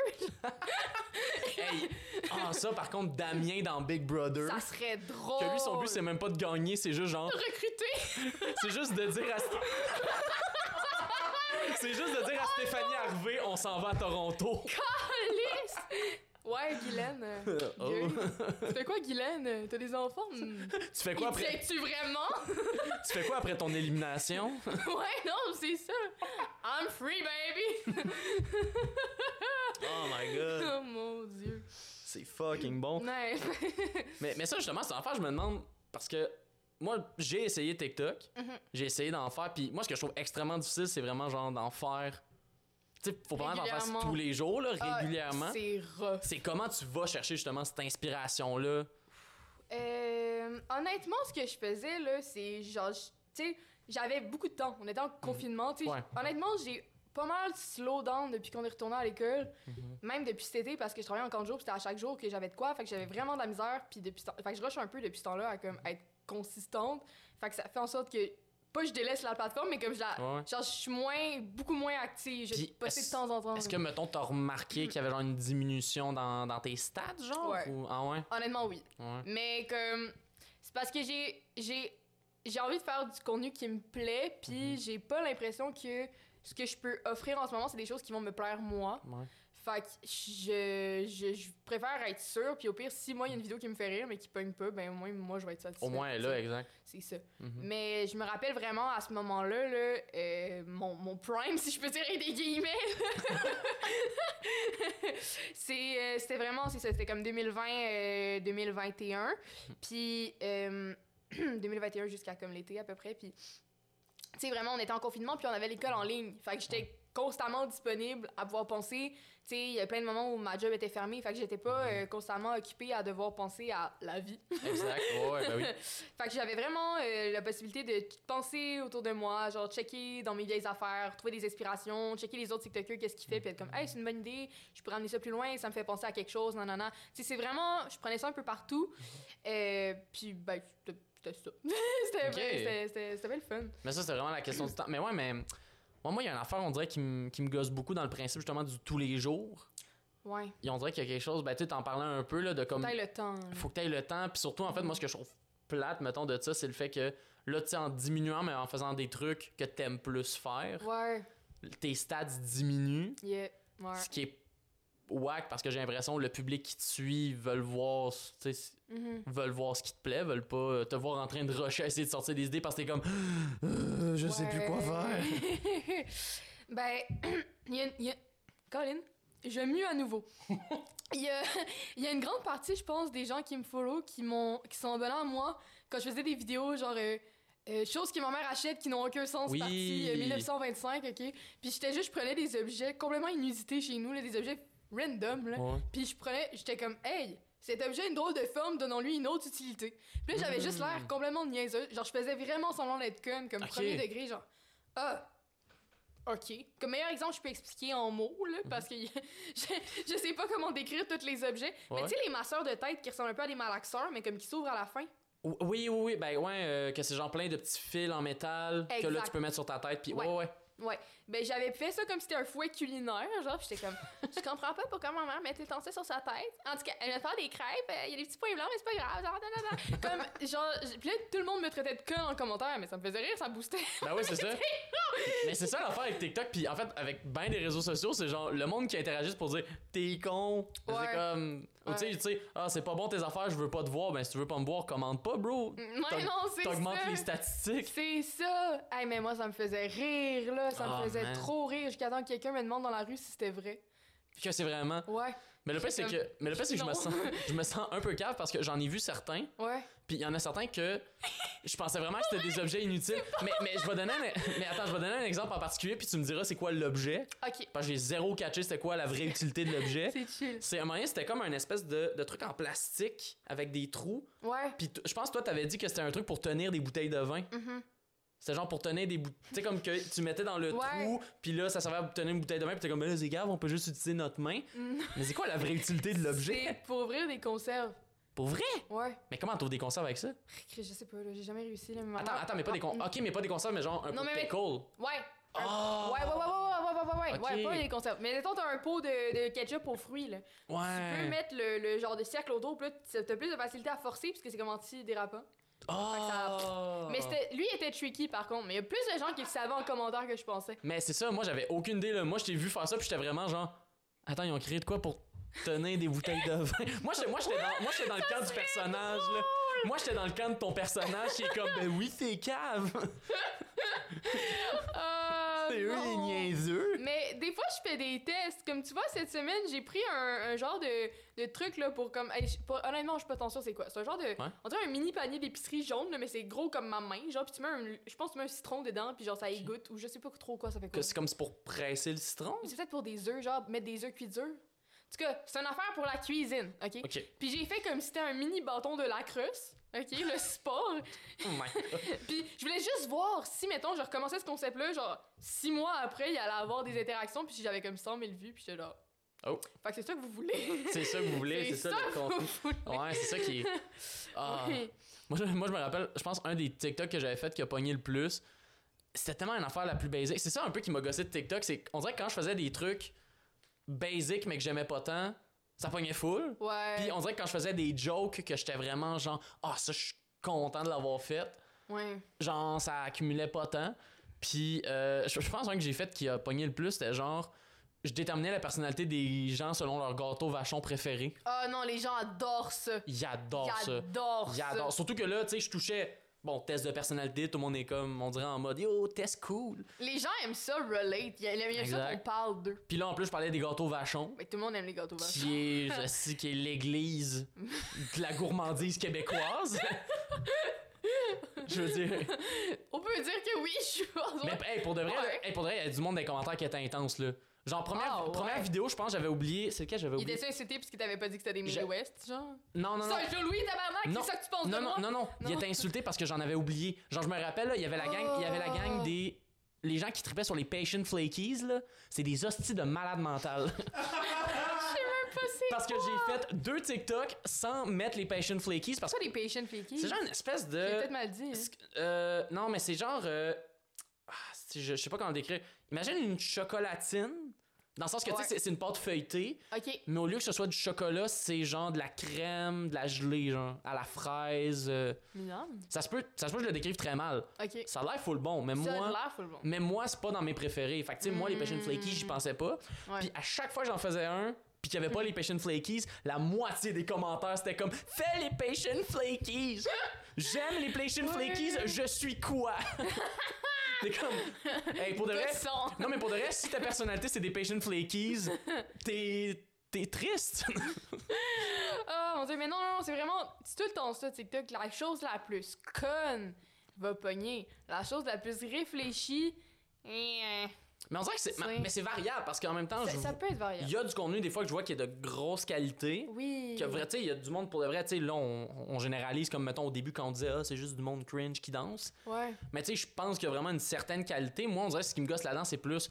B: Hey. Ah, ça, par contre, Damien dans Big Brother.
A: Ça serait drôle.
B: Que lui, son but, c'est même pas de gagner, c'est juste genre.
A: recruter.
B: C'est juste de dire à. Sté- C'est juste de dire à Stéphanie Harvey, on s'en va à Toronto.
A: Alice! Ouais, Guylaine. euh,
B: Oh.
A: gueule. Tu fais quoi, Guylaine? T'as des enfants? Hmm.
B: Tu fais quoi
A: Il
B: après
A: tu vraiment?
B: Tu fais quoi après ton élimination
A: ouais, non, c'est ça. I'm free, baby!
B: Oh my god,
A: oh mon dieu.
B: c'est fucking bon.
A: Ouais.
B: Mais, mais ça, justement, c'est affaire, je me demande. Parce que moi, j'ai essayé TikTok.
A: Mhm.
B: J'ai essayé d'en faire. Puis moi, ce que je trouve extrêmement difficile, c'est vraiment genre d'en faire. Tu sais, faut vraiment t'en faire
A: Régulièrement.
B: tous les jours, là,
A: Ah,
B: régulièrement.
A: c'est rough.
B: c'est comment tu vas chercher justement cette inspiration-là.
A: Euh, honnêtement, ce que je faisais, là, c'est genre, je- tu sais, j'avais beaucoup de temps. On était en confinement, tu sais.
B: Mm. Ouais.
A: Honnêtement, j'ai pas mal slow down depuis qu'on est retourné à l'école,
B: Mm-hmm.
A: même depuis cet été, parce que je travaillais en camp de jour, puis c'était à chaque jour que j'avais de quoi, fait que j'avais vraiment de la misère, puis depuis ce temps- fait que je rush un peu depuis ce temps-là à
B: Mm-hmm.
A: comme être consistante, fait que ça fait en sorte que pas je délaisse la plateforme, mais comme je la,
B: Ouais.
A: genre je suis moins, beaucoup moins active, je
B: Puis
A: poste de
B: est-ce-
A: temps en temps.
B: Est-ce que, mettons, t'as remarqué qu'il y avait genre une diminution dans, dans tes stats, genre?
A: Ouais.
B: ou- Ah ouais?
A: Honnêtement, oui.
B: Ouais.
A: Mais comme c'est parce que j'ai j'ai j'ai envie de faire du contenu qui me plaît, puis
B: Mhm.
A: j'ai pas l'impression que ce que je peux offrir en ce moment, c'est des choses qui vont me plaire moi.
B: Ouais.
A: Fait que je, je, je préfère être sûre, puis au pire, si moi, il y a une vidéo qui me fait rire, mais qui pogne pas, ben au moins, moi, je vais être satisfaite.
B: Au moins,
A: tu
B: là,
A: sais.
B: exact.
A: C'est ça.
B: Mhm.
A: Mais je me rappelle vraiment à ce moment-là, là, euh, mon, mon prime, si je peux dire avec des guillemets. C'est, euh, c'était vraiment, c'est ça, c'était comme 2020, euh, 2021. Puis euh, 2021 jusqu'à comme l'été à peu près. Puis, tu sais, vraiment, on était en confinement, puis on avait l'école en ligne. Fait que j'étais constamment disponible à pouvoir penser. Tu sais, il y a plein de moments où ma job était fermée. Fait que j'étais pas euh, constamment occupée à devoir penser à la vie.
B: Exact. Ouais, ben oui.
A: Fait que j'avais vraiment euh, la possibilité de t- penser autour de moi, genre checker dans mes vieilles affaires, trouver des inspirations, checker les autres TikTokers, qu'est-ce qu'ils font, puis être comme, hey, c'est une bonne idée, je pourrais amener ça plus loin, ça me fait penser à quelque chose, nanana. Tu sais, c'est vraiment, je prenais ça un peu partout. Euh, puis, ben, de- Puis c'était ça. c'était
B: Mm-hmm. Ok.
A: vrai, c'était- c'était- c'était bien le fun.
B: Mais ça, c'est vraiment la question du temps. Mais ouais, mais. ouais, moi, il y a une affaire, on dirait, qui me qui me gosse beaucoup dans le principe, justement, du tous les jours.
A: Ouais.
B: Et on dirait qu'il y a quelque chose, ben, tu sais, t'en parlais un peu, là, de comme.
A: T'as le temps. là.
B: faut que tu le temps. Puis surtout, en fait, moi, ce que je trouve plate, mettons, de ça, c'est le fait que là, tu sais, en diminuant, mais en faisant des trucs que t'aimes plus faire,
A: Ouais.
B: tes stats diminuent.
A: Yeah. Ouais.
B: Ce qui est whack parce que j'ai l'impression que le public qui te suit veulent voir, tu sais,
A: Mhm.
B: veulent voir ce qui te plaît, veulent pas euh, te voir en train de rusher, essayer de sortir des idées parce que t'es comme Euh, je sais plus quoi faire.
A: faire. ben, il y a, il y a- Colin, je mue à nouveau. Il y a, il y a une grande partie, je pense, des gens qui me follow, qui, m'ont, qui sont abonnés à moi quand je faisais des vidéos, genre... euh, euh, choses que ma mère achète qui n'ont aucun sens
B: Oui.
A: parti euh, 1925 ok puis j'étais juste je prenais des objets complètement inusités chez nous là, des objets random là.
B: Ouais.
A: Puis je prenais, j'étais comme, hey, cet objet a une drôle de forme, donnons-lui une autre utilité. Puis là, j'avais
B: Mm.
A: juste l'air complètement niaiseux. Genre, je faisais vraiment semblant d'être conne, comme
B: Ok.
A: premier degré, genre, ah, ok. Comme meilleur exemple, je peux expliquer en mots, là, parce que je, je sais pas comment décrire tous les objets.
B: Mm-hmm. Ouais.
A: Mais tu sais, les masseurs de tête qui ressemblent un peu à des malaxeurs, mais comme qui s'ouvrent à la fin.
B: Ou- Oui, oui, oui, ben ouais, euh, que c'est genre plein de petits fils en métal que là
A: Exact.
B: tu peux mettre sur ta tête, puis ouais,
A: Ouais.
B: ouais.
A: Ouais, ben j'avais fait ça comme si c'était un fouet culinaire, genre, pis j'étais comme, je comprends pas pourquoi ma mère mettait tant ça sur sa tête. En tout cas, elle me fait des crêpes, euh, il y a des petits points blancs, mais c'est pas grave, genre, nanana. comme, genre, j- pis là, tout le monde me traitait de con en commentaire, mais ça me faisait rire, ça me boostait.
B: Ben ouais, c'est ça. Mais c'est ça l'affaire avec TikTok, puis en fait, avec ben des réseaux sociaux, c'est genre le monde qui interagisse pour dire t'es con. C'est
A: Ouais.
B: comme. Ou tu sais,
A: Ouais.
B: tu sais, ah, c'est pas bon tes affaires, je veux pas te voir. Ben si tu veux pas me voir, commande pas, bro.
A: Ouais,
B: T'aug-
A: non, c'est
B: T'augmentes les
A: ça.
B: statistiques.
A: C'est ça! Hey, mais moi, ça me faisait rire, là, ça
B: Ah,
A: me faisait
B: man.
A: trop rire jusqu'à temps que quelqu'un me demande dans la rue si c'était vrai.
B: Que c'est vraiment.
A: Ouais,
B: Mais le pire, c'est
A: J'étais
B: que, mais le pire, c'est que je me
A: Non.
B: sens, je me sens un peu cave parce que j'en ai vu certains,
A: ouais.
B: puis il y en a certains que je pensais vraiment que c'était des objets inutiles. Mais, mais je vais donner un, e- mais attends, je vais donner un exemple en particulier, puis tu me diras c'est quoi l'objet.
A: Ok,
B: Parce que j'ai zéro catché c'était quoi la vraie utilité de l'objet.
A: c'est chill.
B: C'est un moyen, c'était comme un espèce de, de truc en plastique avec des trous.
A: Ouais.
B: Puis t- je pense que toi, t'avais dit que c'était un truc pour tenir des bouteilles de vin.
A: Mhm.
B: C'est genre pour tenir des bouteilles. Tu sais, comme que tu mettais dans le
A: Ouais.
B: trou, puis là, ça servait à tenir une bouteille de vin, puis t'es comme, ben là, c'est grave, on peut juste utiliser notre main.
A: Mm.
B: Mais c'est quoi la vraie utilité de l'objet?
A: C'est Pour ouvrir des conserves.
B: Pour vrai?
A: Ouais.
B: Mais comment trouves des conserves avec ça?
A: Christ, Je sais pas, là, j'ai jamais réussi, là, mais
B: Attends, attends, mais pas des conserves. Ok, mais pas des conserves, mais genre un
A: Ah. Non,
B: pot de
A: mais- mais-
B: pickle.
A: Ouais. Un-
B: Ah!
A: Ouais, ouais, ouais, ouais, ouais, ouais, ouais, ouais, ouais,
B: Ok.
A: ouais, pas les conserves. Mais mettons, t'as un pot de, de ketchup aux fruits, là. Tu peux
B: Ouais.
A: mettre le, le genre de cercle autour, puis là, t- t'as plus de facilité à forcer, puisque c'est comme anti-dérapant.
B: Ah!
A: Mais c'était, lui, il était tricky, par contre. Mais il y a plus de gens qui le savaient en commentaire que je pensais.
B: Mais c'est ça, moi j'avais aucune idée là. Moi je t'ai vu faire ça puis j'étais vraiment genre Attends, ils ont créé de quoi pour tenir des bouteilles de vin Moi j'étais moi j'étais dans moi j'étais dans le camp du personnage là. Moi j'étais dans le camp de ton personnage qui est comme ben oui, c'est cave.
A: Ah,
B: C'est eux
A: non.
B: les niaiseux.
A: Mais des fois, je fais des tests. Comme tu vois, cette semaine, j'ai pris un, un genre de, de truc là pour comme. hey, je- pas- honnêtement, je suis pas tant sûre c'est quoi. C'est un genre de. On dirait un mini panier d'épicerie jaune, là, mais c'est gros comme ma main. Genre, puis tu mets un. Je pense que tu mets un citron dedans, puis genre ça égoutte, ou je sais pas trop quoi ça fait
B: Que
A: quoi.
B: c'est comme c'est pour presser le citron.
A: Mais C'est peut-être pour des œufs, genre mettre des œufs cuits durs. En tout cas, c'est une affaire pour la cuisine, OK?
B: OK.
A: Puis j'ai fait comme si c'était un mini bâton de lacrosse, OK? Le sport.
B: Oh my God.
A: Puis je voulais juste voir si, mettons, je recommençais ce concept-là, genre, six mois après, il allait avoir des interactions, puis j'avais comme 100 000 vues, puis j'étais là.
B: Oh.
A: Fait que c'est ça que vous voulez.
B: C'est ça que vous voulez, c'est ça, le
A: que vous
B: contenu.
A: voulez.
B: Ouais, c'est ça qui est Ah.
A: Oui.
B: Moi, je, moi, je me rappelle, je pense, un des TikTok que j'avais fait qui a pogné le plus, c'était tellement une affaire la plus basique. C'est ça un peu qui m'a gossé de TikTok. C'est qu'on dirait que quand je faisais des trucs basiques mais que j'aimais pas tant, ça pognait full.
A: Ouais.
B: Puis on dirait que quand je faisais des jokes que j'étais vraiment genre, ah, ça, je suis content de l'avoir fait,
A: Ouais.
B: genre, ça accumulait pas tant. Puis euh, je, je pense un que j'ai fait qui a pogné le plus, c'était genre, je déterminais la personnalité des gens selon leur gâteau vachon préféré.
A: Ah non, les gens adorent ça.
B: Ils adorent
A: Ils
B: ça.
A: adorent Oh, ça.
B: J'adore. Surtout que là, tu sais, je touchais. Bon, test de personnalité, tout le monde est comme, on dirait en mode yo, test cool.
A: Les gens aiment ça, relate. Ils aiment ça
B: Exact.
A: qu'on parle d'eux.
B: Puis là, en plus, je parlais des gâteaux vachons,
A: Mais tout le monde aime les gâteaux vaches.
B: qui est, je sais, qui est l'église de la gourmandise québécoise. je veux dire.
A: On peut dire que oui, je suis
B: Mais hey, pour de vrai,
A: Ouais.
B: hey, pour de vrai, il y a du monde dans les commentaires qui était intense, là. Genre, première,
A: Ah, ouais.
B: première vidéo, je pense, j'avais oublié. C'est lequel j'avais
A: Il
B: oublié?
A: était insulté parce qu'il t'avait pas dit que c'était des
B: Je-
A: Midwest, genre.
B: Non, non, non.
A: Ça, je Louis, tabarnak,
B: Non.
A: c'est ça que tu penses
B: Non,
A: de
B: non,
A: moi?
B: non, non, il
A: Non.
B: était insulté parce que j'en avais oublié. Genre, je me rappelle, là, il y avait la gang, il y avait la gang
A: Oh.
B: des. Les gens qui tripaient sur les patient flakies, là, c'est des hosties de malades mentales.
A: Je sais même possible.
B: Parce que j'ai fait deux TikTok sans mettre les Passion Flakies. Parce
A: C'est
B: que
A: quoi des patient fakey?
B: c'est genre une espèce de.
A: J'ai peut-être mal dit. hein.
B: Est-ce que- euh, non, mais c'est genre. euh, ah, c'est- je, je sais pas comment le décrire. Imagine une chocolatine. Dans le sens que tu sais,
A: Ouais.
B: c'est- c'est une pâte feuilletée,
A: Ok.
B: mais au lieu que ce soit du chocolat, c'est genre de la crème, de la gelée, genre, à la fraise. euh,
A: Mignon.
B: ça se peut, ça se peut que je le décrive très mal.
A: Ok.
B: Ça a l'air full bon, mais
A: Ça a
B: moi,
A: l'air full bon.
B: mais moi c'est pas dans mes préférés. Fait que tu sais, moi, les Passion
A: Mm.
B: Flakies, j'y pensais pas.
A: Ouais.
B: Puis à chaque fois que j'en faisais un, puis qu'il y avait pas les Passion Flakies, la moitié des commentaires c'était comme Fais les Passion Flakies! J'aime les Passion
A: Ouais.
B: Flakies, je suis quoi? T'es comme. Hey, pour de vrai.
A: Poisson.
B: Non, mais pour de vrai, si ta personnalité c'est des Passion Flakies, t'es. T'es triste!
A: Ah, mon dieu, mais non, non, non, c'est vraiment. C'est tout le temps ça, TikTok. La chose la plus conne va pogner. La chose la plus réfléchie. eh,
B: mais on dirait que c'est.
A: C'est-
B: Mais c'est variable parce qu'en même temps,
A: ça,
B: Ah, je-
A: ça peut être
B: il
A: variable.
B: y a du contenu des fois que je vois qui est de grosse qualité.
A: Oui.
B: Que vrai, tu sais, il y a du monde pour de vrai, tu sais, là, on, on généralise comme, mettons, au début, quand on disait, ah, c'est juste du monde cringe qui danse.
A: Ouais.
B: Mais tu sais, je pense qu'il y a vraiment une certaine qualité. Moi, on dirait que ce qui me gosse là-dedans, c'est plus.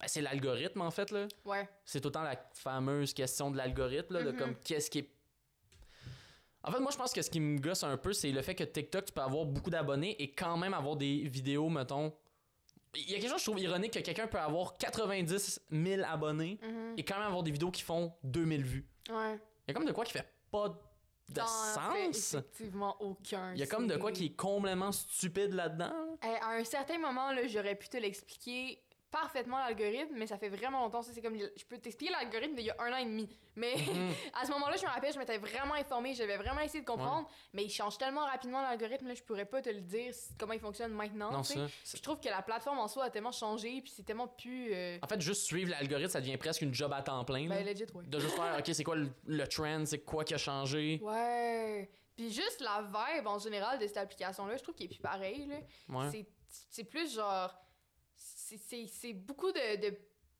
B: ben, c'est l'algorithme, en fait, là.
A: Ouais.
B: C'est autant la fameuse question de l'algorithme, là, de
A: Mhm.
B: comme, qu'est-ce qui est. En fait, moi, je pense que ce qui me gosse un peu, c'est le fait que TikTok, tu peux avoir beaucoup d'abonnés et quand même avoir des vidéos, mettons. Il y a quelque chose que je trouve ironique que quelqu'un peut avoir 90 000 abonnés
A: mhm,
B: et quand même avoir des vidéos qui font 2000 vues.
A: Ouais.
B: Il y a comme de quoi qui fait pas de
A: T'en fais
B: sens.
A: effectivement aucun.
B: Il y a comme de
A: c'est-
B: quoi qui est complètement stupide là-dedans. là.
A: Eh, à un certain moment, là, j'aurais pu te l'expliquer parfaitement l'algorithme, mais ça fait vraiment longtemps. Ça, c'est comme je peux t'expliquer l'algorithme d'il y a un an et demi. Mais
B: Mhm.
A: à ce moment-là, je me rappelle, je m'étais vraiment informée, j'avais vraiment essayé de comprendre, mais il change tellement rapidement l'algorithme, là, je pourrais pas te le dire c- comment il fonctionne maintenant.
B: non,
A: tu sais.
B: ça.
A: Je trouve que la plateforme en soi a tellement changé, puis c'est tellement plus. euh,
B: En fait, juste suivre l'algorithme, ça devient presque une job à temps plein. Ah, là.
A: ben, legit, ouais.
B: De juste faire, OK, c'est quoi le, le trend, c'est quoi qui a changé.
A: Ouais. Puis juste la vibe en général de cette application-là, je trouve qu'il est plus pareil. Là.
B: Ouais.
A: C'est- C'est plus genre. c'est- C'est c'est beaucoup de, de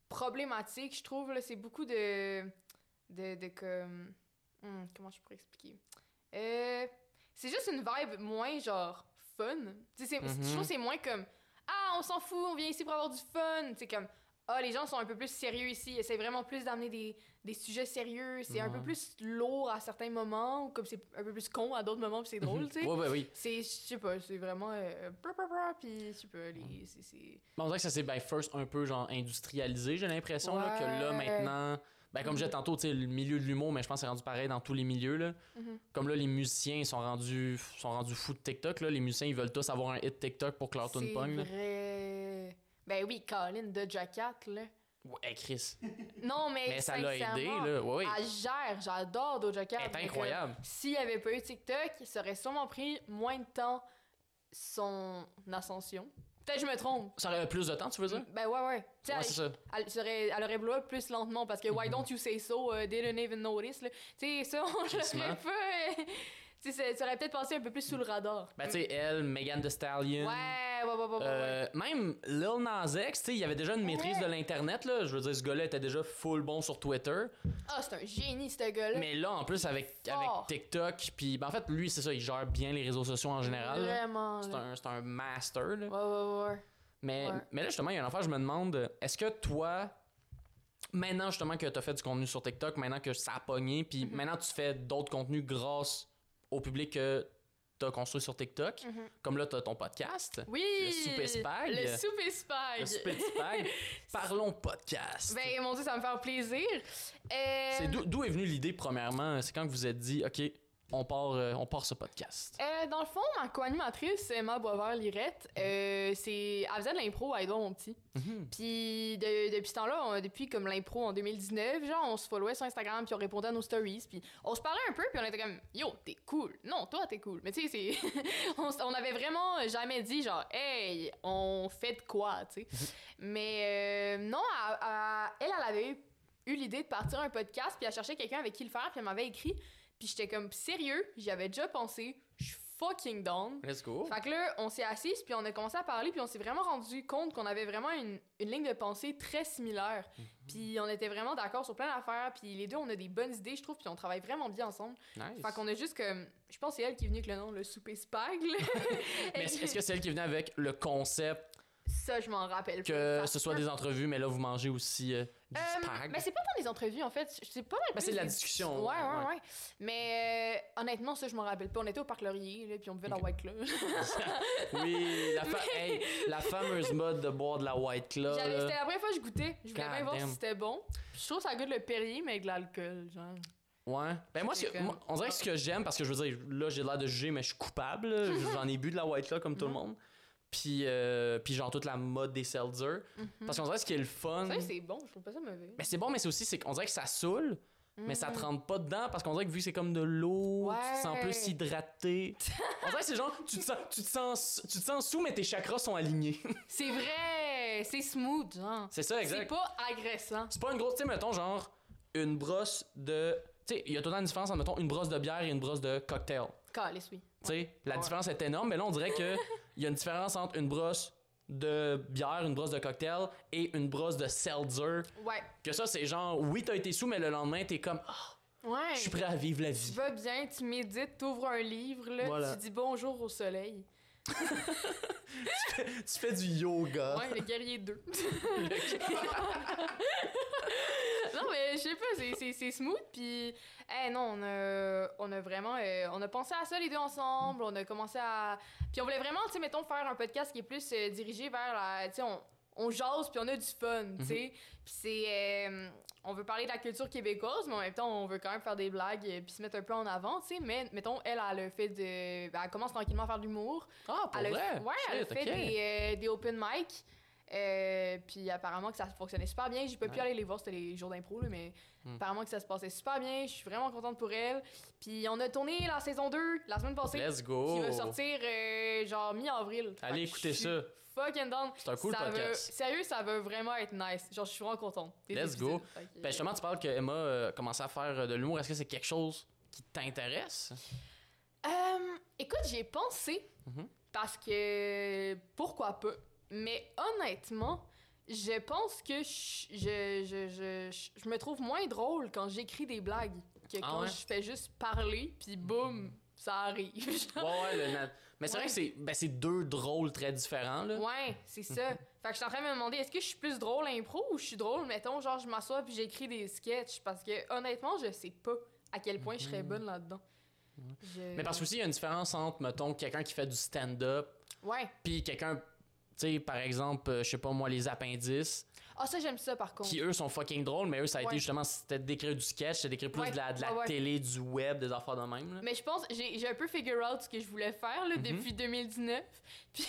A: problématiques, je trouve. là. C'est beaucoup de. de, de comme. hmm, comment je pourrais expliquer? Euh, c'est juste une vibe moins genre fun. Tu sais, c'est-
B: Mhm.
A: Je trouve que c'est moins comme. Ah, on s'en fout, on vient ici pour avoir du fun. C'est comme. Ah, les gens sont un peu plus sérieux ici. Ils essaient vraiment plus d'amener des, des sujets sérieux. C'est un peu
B: Ouais.
A: plus lourd à certains moments, ou comme c'est un peu plus con à d'autres moments, puis c'est drôle, tu sais.
B: Mhm. Ouais, ouais, oui.
A: C'est, je sais pas, c'est vraiment. Euh, brr, brr, brr, puis je sais pas, les, c'est, c'est.
B: Mais on dirait que ça s'est ben, first un peu genre industrialisé, j'ai l'impression, là, que là
A: Ouais.
B: maintenant. Ben, comme je disais tantôt, tu sais, le milieu de l'humour, mais je pense que c'est rendu pareil dans tous les milieux. Là.
A: Mhm.
B: Comme là, les musiciens ils sont rendus, sont rendus fous de TikTok. Là. Les musiciens, ils veulent tous avoir un hit TikTok pour que leur tune
A: c'est
B: pogne. là.
A: vrai. Ben oui, Colin de Jacket, là.
B: Ouais, hey, Chris.
A: Non, mais.
B: Mais ça l'a aidé,
A: sincèrement,
B: là. Ouais, ouais.
A: Elle gère, j'adore Doja Cat.
B: Elle
A: mais
B: est incroyable.
A: comme, S'il n'y avait pas eu TikTok, ça aurait sûrement pris moins de temps son ascension. Peut-être que je me trompe.
B: Ça aurait plus de temps, tu veux dire?
A: Ben ouais, ouais. Tu sais,
B: Ouais,
A: elle-
B: c'est ça.
A: elle, serait, elle aurait blow up plus lentement parce que why
B: Mhm.
A: don't you say so, uh, didn't even notice. là. Tu sais, ça, on
B: Crissement.
A: l'aurait pas. euh, Tu sais, ça- ça aurait peut-être passé un peu plus sous le radar.
B: Ben, tu sais, elle, Megan Thee Stallion.
A: Ouais, ouais, ouais, ouais. ouais, ouais.
B: euh, Même Lil Nas X, tu sais, il avait déjà une maîtrise de l'Internet, là. Je veux dire, ce gars-là était déjà full bon sur Twitter.
A: Ah, c'est un génie, ce gars-là.
B: Mais là, en plus, avec, avec
A: Fort.
B: TikTok, puis ben, en fait, lui, c'est ça, il gère bien les réseaux sociaux en général. là.
A: Vraiment.
B: C'est
A: là.
B: un, c'est un master, là.
A: Ouais, ouais, ouais.
B: Mais,
A: Ouais.
B: mais là, justement, il y a un affaire, je me demande, est-ce que toi, maintenant, justement, que t'as fait du contenu sur TikTok, maintenant que ça a pogné, puis
A: Mhm.
B: maintenant, tu fais d'autres contenus grâce au public que t'as construit sur TikTok,
A: Mhm.
B: comme là, t'as ton podcast.
A: Oui!
B: Le souper spag.
A: Le souper spag.
B: Le Spitz Bag. Parlons podcast.
A: Ben, mon Dieu, ça va me faire plaisir. Euh,
B: C'est d'où- D'où est venue l'idée, premièrement? C'est quand que vous êtes dit, OK, on part, euh, on part ce podcast.
A: Euh, dans le fond, ma co-animatrice, Emma Boisvert-Lirette, euh, c'est... elle faisait de l'impro à Edouard, mon petit.
B: Mhm.
A: Puis de- depuis ce temps-là, on- depuis comme l'impro en 2019, genre on se followait sur Instagram, puis on répondait à nos stories, puis on se parlait un peu, puis on était comme yo, t'es cool. Non, toi t'es cool. Mais tu sais, c'est on, s- on avait vraiment jamais dit genre hey, on fait de quoi, tu sais. Mais euh, non, elle, elle, elle avait eu- eu l'idée de partir un podcast, puis elle cherchait quelqu'un avec qui le faire, puis elle m'avais écrit, puis j'étais comme sérieux, j'y avais déjà pensé, je suis fucking down.
B: Let's go.
A: Fait que là, on s'est assis, puis on a commencé à parler, puis on s'est vraiment rendu compte qu'on avait vraiment une, une ligne de pensée très similaire.
B: Mhm.
A: Puis on était vraiment d'accord sur plein d'affaires, puis les deux, on a des bonnes idées, je trouve, puis on travaille vraiment bien ensemble.
B: Nice.
A: Fait qu'on a juste comme. Je pense que c'est elle qui est venue avec le nom, le souper spag. là.
B: Mais est-ce est-ce que c'est elle qui venait avec le concept
A: Ça, je m'en rappelle
B: que
A: pas. Ça
B: ce soit
A: peut-
B: des entrevues, mais là, vous mangez aussi euh, Du
A: Euh,
B: spag.
A: mais c'est pas tant des entrevues, en fait. C'est pas mal
B: Ben,
A: plus
B: c'est de la
A: des-
B: discussion,
A: Ouais, ouais,
B: ouais.
A: ouais. Mais euh, honnêtement, ça, je m'en rappelle pas. On était au Parc Laurier, là, puis on buvait de la
B: Ok.
A: White Claw.
B: Oui, la, fa- hey, la fameuse mode de boire de la White Claw.
A: J'avais-
B: là.
A: C'était la première fois que je goûtais. Je voulais
B: God
A: bien voir
B: damn.
A: si c'était bon. Je trouve que ça goûte le Perrier, mais avec de l'alcool, genre.
B: Ouais. Ben moi, ce que-
A: C'était comme-
B: moi, on dirait que ce que j'aime, parce que je veux dire, là, j'ai l'air de juger, mais je suis coupable. là. J'en ai bu de la White Claw comme tout le
A: Mhm.
B: monde. Puis, euh, puis genre toute la mode des seltzer. Parce qu'on dirait ce qui est le fun.
A: Mhm. Ça, c'est bon. Je trouve pas ça mauvais.
B: Mm-hmm. Mais c'est bon, mais c'est aussi, c'est qu'on dirait que ça saoule, mais ça
A: Mm.
B: te rentre pas dedans parce qu'on dirait que vu que c'est comme de l'eau, tu te sens
A: Ouais.
B: plus hydraté. on dirait que c'est genre, tu te sens, tu te sens, tu te sens sous, mais tes chakras sont alignés.
A: C'est vrai! C'est smooth, genre.
B: c'est ça,
A: C'est
B: exact.
A: pas agressant.
B: C'est pas une grosse, tu sais, mettons, genre, une brosse de. Tu sais, il y a tout le temps une différence entre, mettons, une brosse de bière et une brosse de cocktail.
A: Calisse, oui.
B: Tu sais, la
A: Ouais.
B: différence est énorme, mais là, on dirait que il y a une différence entre une brosse de bière, une brosse de cocktail et une brosse de seltzer.
A: Ouais.
B: Que ça, c'est genre, oui, t'as été sous, mais le lendemain, t'es comme, Ah,
A: Ouais.
B: je suis prêt à vivre la
A: Tu
B: vie.
A: vas bien, tu médites, t'ouvres un livre, là,
B: Voilà.
A: tu dis bonjour au soleil.
B: Tu fais du yoga.
A: Ouais, le guerrier 2. non, mais je sais pas, c'est- c'est- c'est smooth. Puis, eh non, on a, on a vraiment. euh, on a pensé à ça les deux ensemble. On a commencé à. Puis, on voulait vraiment, tu sais, mettons, faire un podcast qui est plus euh, dirigé vers la. Tu sais, on, on jase, puis on a du fun, tu sais. Puis, c'est. euh, on veut parler de la culture québécoise, mais en même temps, on veut quand même faire des blagues, euh, puis se mettre un peu en avant, tu sais. Mais, mettons, elle, elle, a fait de. ben, elle commence tranquillement à faire de l'humour.
B: Ah, pour
A: Elle a,
B: vrai?
A: ouais, elle a
B: Shit,
A: fait
B: ok.
A: des, euh, des open mic. Euh, puis apparemment que ça fonctionnait super bien. J'ai pas
B: Ouais.
A: pu aller les voir, c'était les jours d'impro, là, mais
B: Hmm.
A: apparemment que ça se passait super bien. Je suis vraiment contente pour elle. Puis on a tourné la saison 2 la semaine passée.
B: Let's go.
A: Qui va sortir euh, genre mi-avril. Fait
B: Oh. Allez
A: que je
B: écouter
A: suis
B: ça.
A: Fucking down.
B: C'est un cool
A: Ça veut-
B: podcast.
A: sérieux, ça veut vraiment être nice. Genre, je suis vraiment contente. des
B: Let's
A: épisodes.
B: go.
A: Fait que-
B: Ben justement, tu parles que Emma euh, a commencé à faire euh, de l'humour. Est-ce que c'est quelque chose qui t'intéresse?
A: Euh, écoute, j'y ai pensé
B: Mhm.
A: parce que pourquoi pas. Mais honnêtement, je pense que je, je, je, je, je me trouve moins drôle quand j'écris des blagues que
B: Ah
A: quand
B: ouais?
A: je fais juste parler, puis boum, ça arrive.
B: Ouais, ouais, le na- Mais c'est
A: Ouais.
B: vrai que c'est ben, c'est deux drôles très différents. Là.
A: ouais, c'est ça. Fait que je suis en train de me demander, est-ce que je suis plus drôle impro ou je suis drôle, mettons, genre je m'assois puis j'écris des sketchs parce que honnêtement, je sais pas à quel point je serais
B: Mhm.
A: bonne là-dedans. Je-
B: Mais parce que aussi, il y a une différence entre, mettons, quelqu'un qui fait du stand-up,
A: Ouais.
B: puis quelqu'un, tu sais, par exemple, euh, je sais pas moi, les appendices,
A: Ah, ça, j'aime ça par contre.
B: qui eux sont fucking drôles, mais eux, ça a été
A: Ouais.
B: justement, c'était d'écrire du sketch, c'était d'écrire plus
A: Ouais,
B: de la, de la
A: ouais, ouais.
B: télé, du web, des affaires de même. là.
A: Mais je pense, j'ai j'ai un peu figure out ce que je voulais faire là,
B: Mhm.
A: depuis 2019. Puis,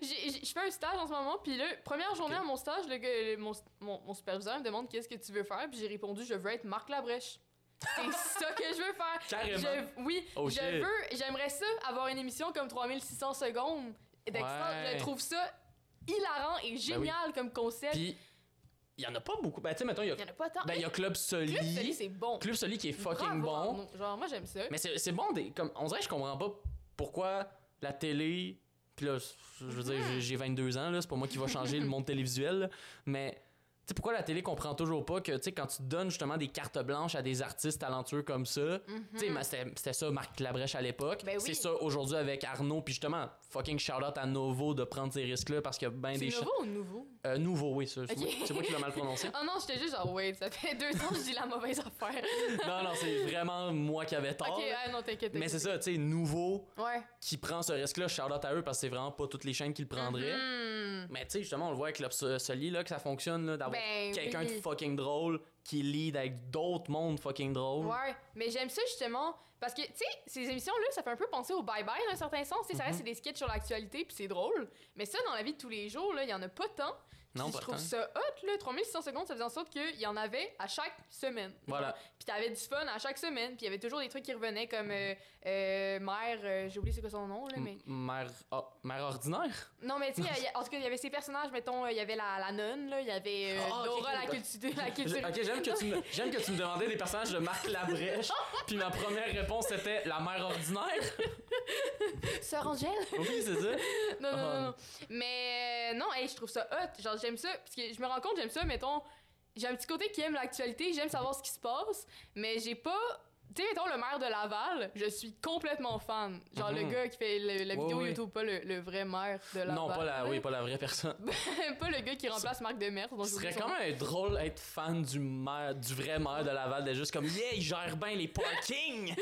A: j'ai- j'ai- je fais un stage en ce moment. Puis là, première journée
B: Ok.
A: à mon stage, le gars- le- mon, mon- mon superviseur me demande qu'est-ce que tu veux faire. Puis j'ai répondu, je veux être Marc Labrèche. C'est ça que je veux faire.
B: Carrément.
A: Je, oui,
B: Oh
A: je
B: shit.
A: veux, j'aimerais ça, avoir une émission comme 3600 secondes d'existence.
B: Ouais. Ben
A: Je trouve ça hilarant et génial comme concept.
B: Puis, il y en a pas beaucoup. Ben, tu sais, mettons, il y a,
A: Il y en a pas tant.
B: ben, il y a Club Soli.
A: Club Soli, c'est bon.
B: Club Soli qui est fucking
A: Bravo à
B: bon.
A: nous. Genre, moi, j'aime ça.
B: Mais c'est c'est bon, des, comme, on dirait que je comprends pas pourquoi la télé. Puis là, je veux dire, j'ai- j'ai 22 ans, là, c'est pas moi qui va changer le monde télévisuel, là, mais. Tu sais, pourquoi la télé comprend toujours pas que, tu sais, quand tu donnes justement des cartes blanches à des artistes talentueux comme ça,
A: Mhm.
B: tu sais, mais c'était c'était ça Marc Labrèche à l'époque,
A: Ben oui.
B: c'est ça aujourd'hui avec Arnaud, puis justement, fucking Charlotte à Novo de prendre ces risques-là parce qu'il y a ben
A: C'est
B: des... cha-
A: nouveau ou nouveau?
B: Euh, nouveau, oui, ça, c'est
A: Ok.
B: moi- c'est moi qui l'ai mal prononcé.
A: Oh non, j'étais juste genre, ouais, ça fait deux ans que je dis la mauvaise affaire.
B: non, non, c'est vraiment moi qui avais tort.
A: ok,
B: là.
A: ah non, t'inquiète.
B: mais c'est
A: t'inquiète.
B: ça, tu sais, nouveau,
A: Ouais.
B: qui prend ce risque-là, Charlotte à eux, parce que c'est vraiment pas toutes les chaînes qui le prendraient.
A: Mhm.
B: Mais tu sais, justement, on le voit avec Club So- Soli, là, que ça fonctionne, là, d'avoir
A: Ben
B: quelqu'un
A: oui.
B: de fucking drôle qui lead avec d'autres mondes fucking drôles.
A: Ouais, mais j'aime ça justement parce que, tu sais, ces émissions-là, ça fait un peu penser au bye-bye dans un certain sens.
B: Mhm.
A: Tu sais, Ça reste c'est des sketchs sur l'actualité, puis c'est drôle. Mais ça, dans la vie de tous les jours, là, il y en a pas tant.
B: Non,
A: Puis
B: pas
A: je trouve
B: tant.
A: ça hot, là. 3600 secondes, ça faisait en sorte qu'il y en avait à chaque semaine.
B: Voilà.
A: Puis t'avais du fun à chaque semaine, puis il y avait toujours des trucs qui revenaient comme euh, euh, Mère, euh, j'ai oublié c'est quoi son nom, là, mais.
B: M- Mère, ah, mère ordinaire?
A: Non, mais tu sais, il y a- en tout cas, il y avait ces personnages, mettons, euh, il y avait la, la nonne, là, il y avait euh,
B: Ah, ok,
A: Dora,
B: ok,
A: la
B: ouais.
A: culture. La
B: Je-
A: culture.
B: ok, j'aime que, tu me- j'aime que tu me demandais des personnages de Marc Labrèche, puis ma première réponse était la mère ordinaire.
A: Sœur Angèle?
B: Oui, c'est ça.
A: Non, non, non,
B: Ah.
A: non. Mais euh, non, hey, je trouve ça hot. Genre, j'aime ça, parce que je me rends compte, j'aime ça, mettons, j'ai un petit côté qui aime l'actualité, j'aime savoir ce qui se passe, mais j'ai pas Tu sais, mettons, le maire de Laval, je suis complètement fan. Genre,
B: Mhm.
A: le gars qui fait le- la
B: Oui,
A: vidéo
B: oui.
A: YouTube, pas le, le vrai maire de Laval.
B: Non, pas la, oui, pas la vraie personne.
A: Pas le gars qui remplace Marc Demers. dont
B: Ce
A: j'ai oublié
B: serait
A: son
B: quand même drôle être fan du maire, du vrai maire de Laval, de juste comme yeah, il gère bien les parkings.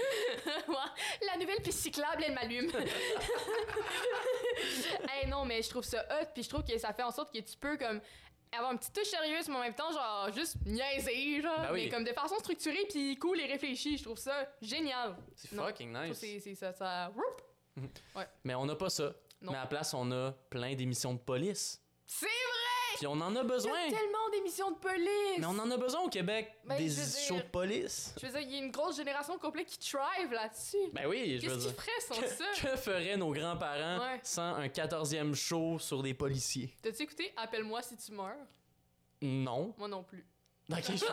A: La nouvelle piste cyclable, elle m'allume. hey, non, mais je trouve ça hot, puis je trouve que ça fait en sorte que tu peux comme avoir une petite touche sérieuse, mais en même temps, genre, juste niaiser, genre,
B: Ben oui.
A: mais comme de façon structurée, puis cool et réfléchie. Je trouve ça génial.
B: C'est
A: Non.
B: fucking
A: Je trouve
B: nice.
A: c'est c'est ça, ça...
B: Mais on n'a pas ça.
A: Non.
B: Mais à la place, on a plein d'émissions de police.
A: C'est
B: Puis on en a
A: vrai!
B: besoin.
A: Il y a tellement d'émissions de police!
B: Mais on en a besoin au Québec
A: Ben,
B: des
A: je veux
B: shows
A: dire-
B: de police.
A: Je veux dire, il y a une grosse génération complète qui thrive là-dessus.
B: Ben oui, je veux
A: Qu'est-ce
B: dire.
A: qu'ils feraient sans ça?
B: Que, que feraient nos grands-parents
A: Ouais.
B: sans un 14e show sur des policiers?
A: T'as-tu écouté Appelle-moi si tu meurs?
B: Non.
A: Moi non plus.
B: Dans quel show?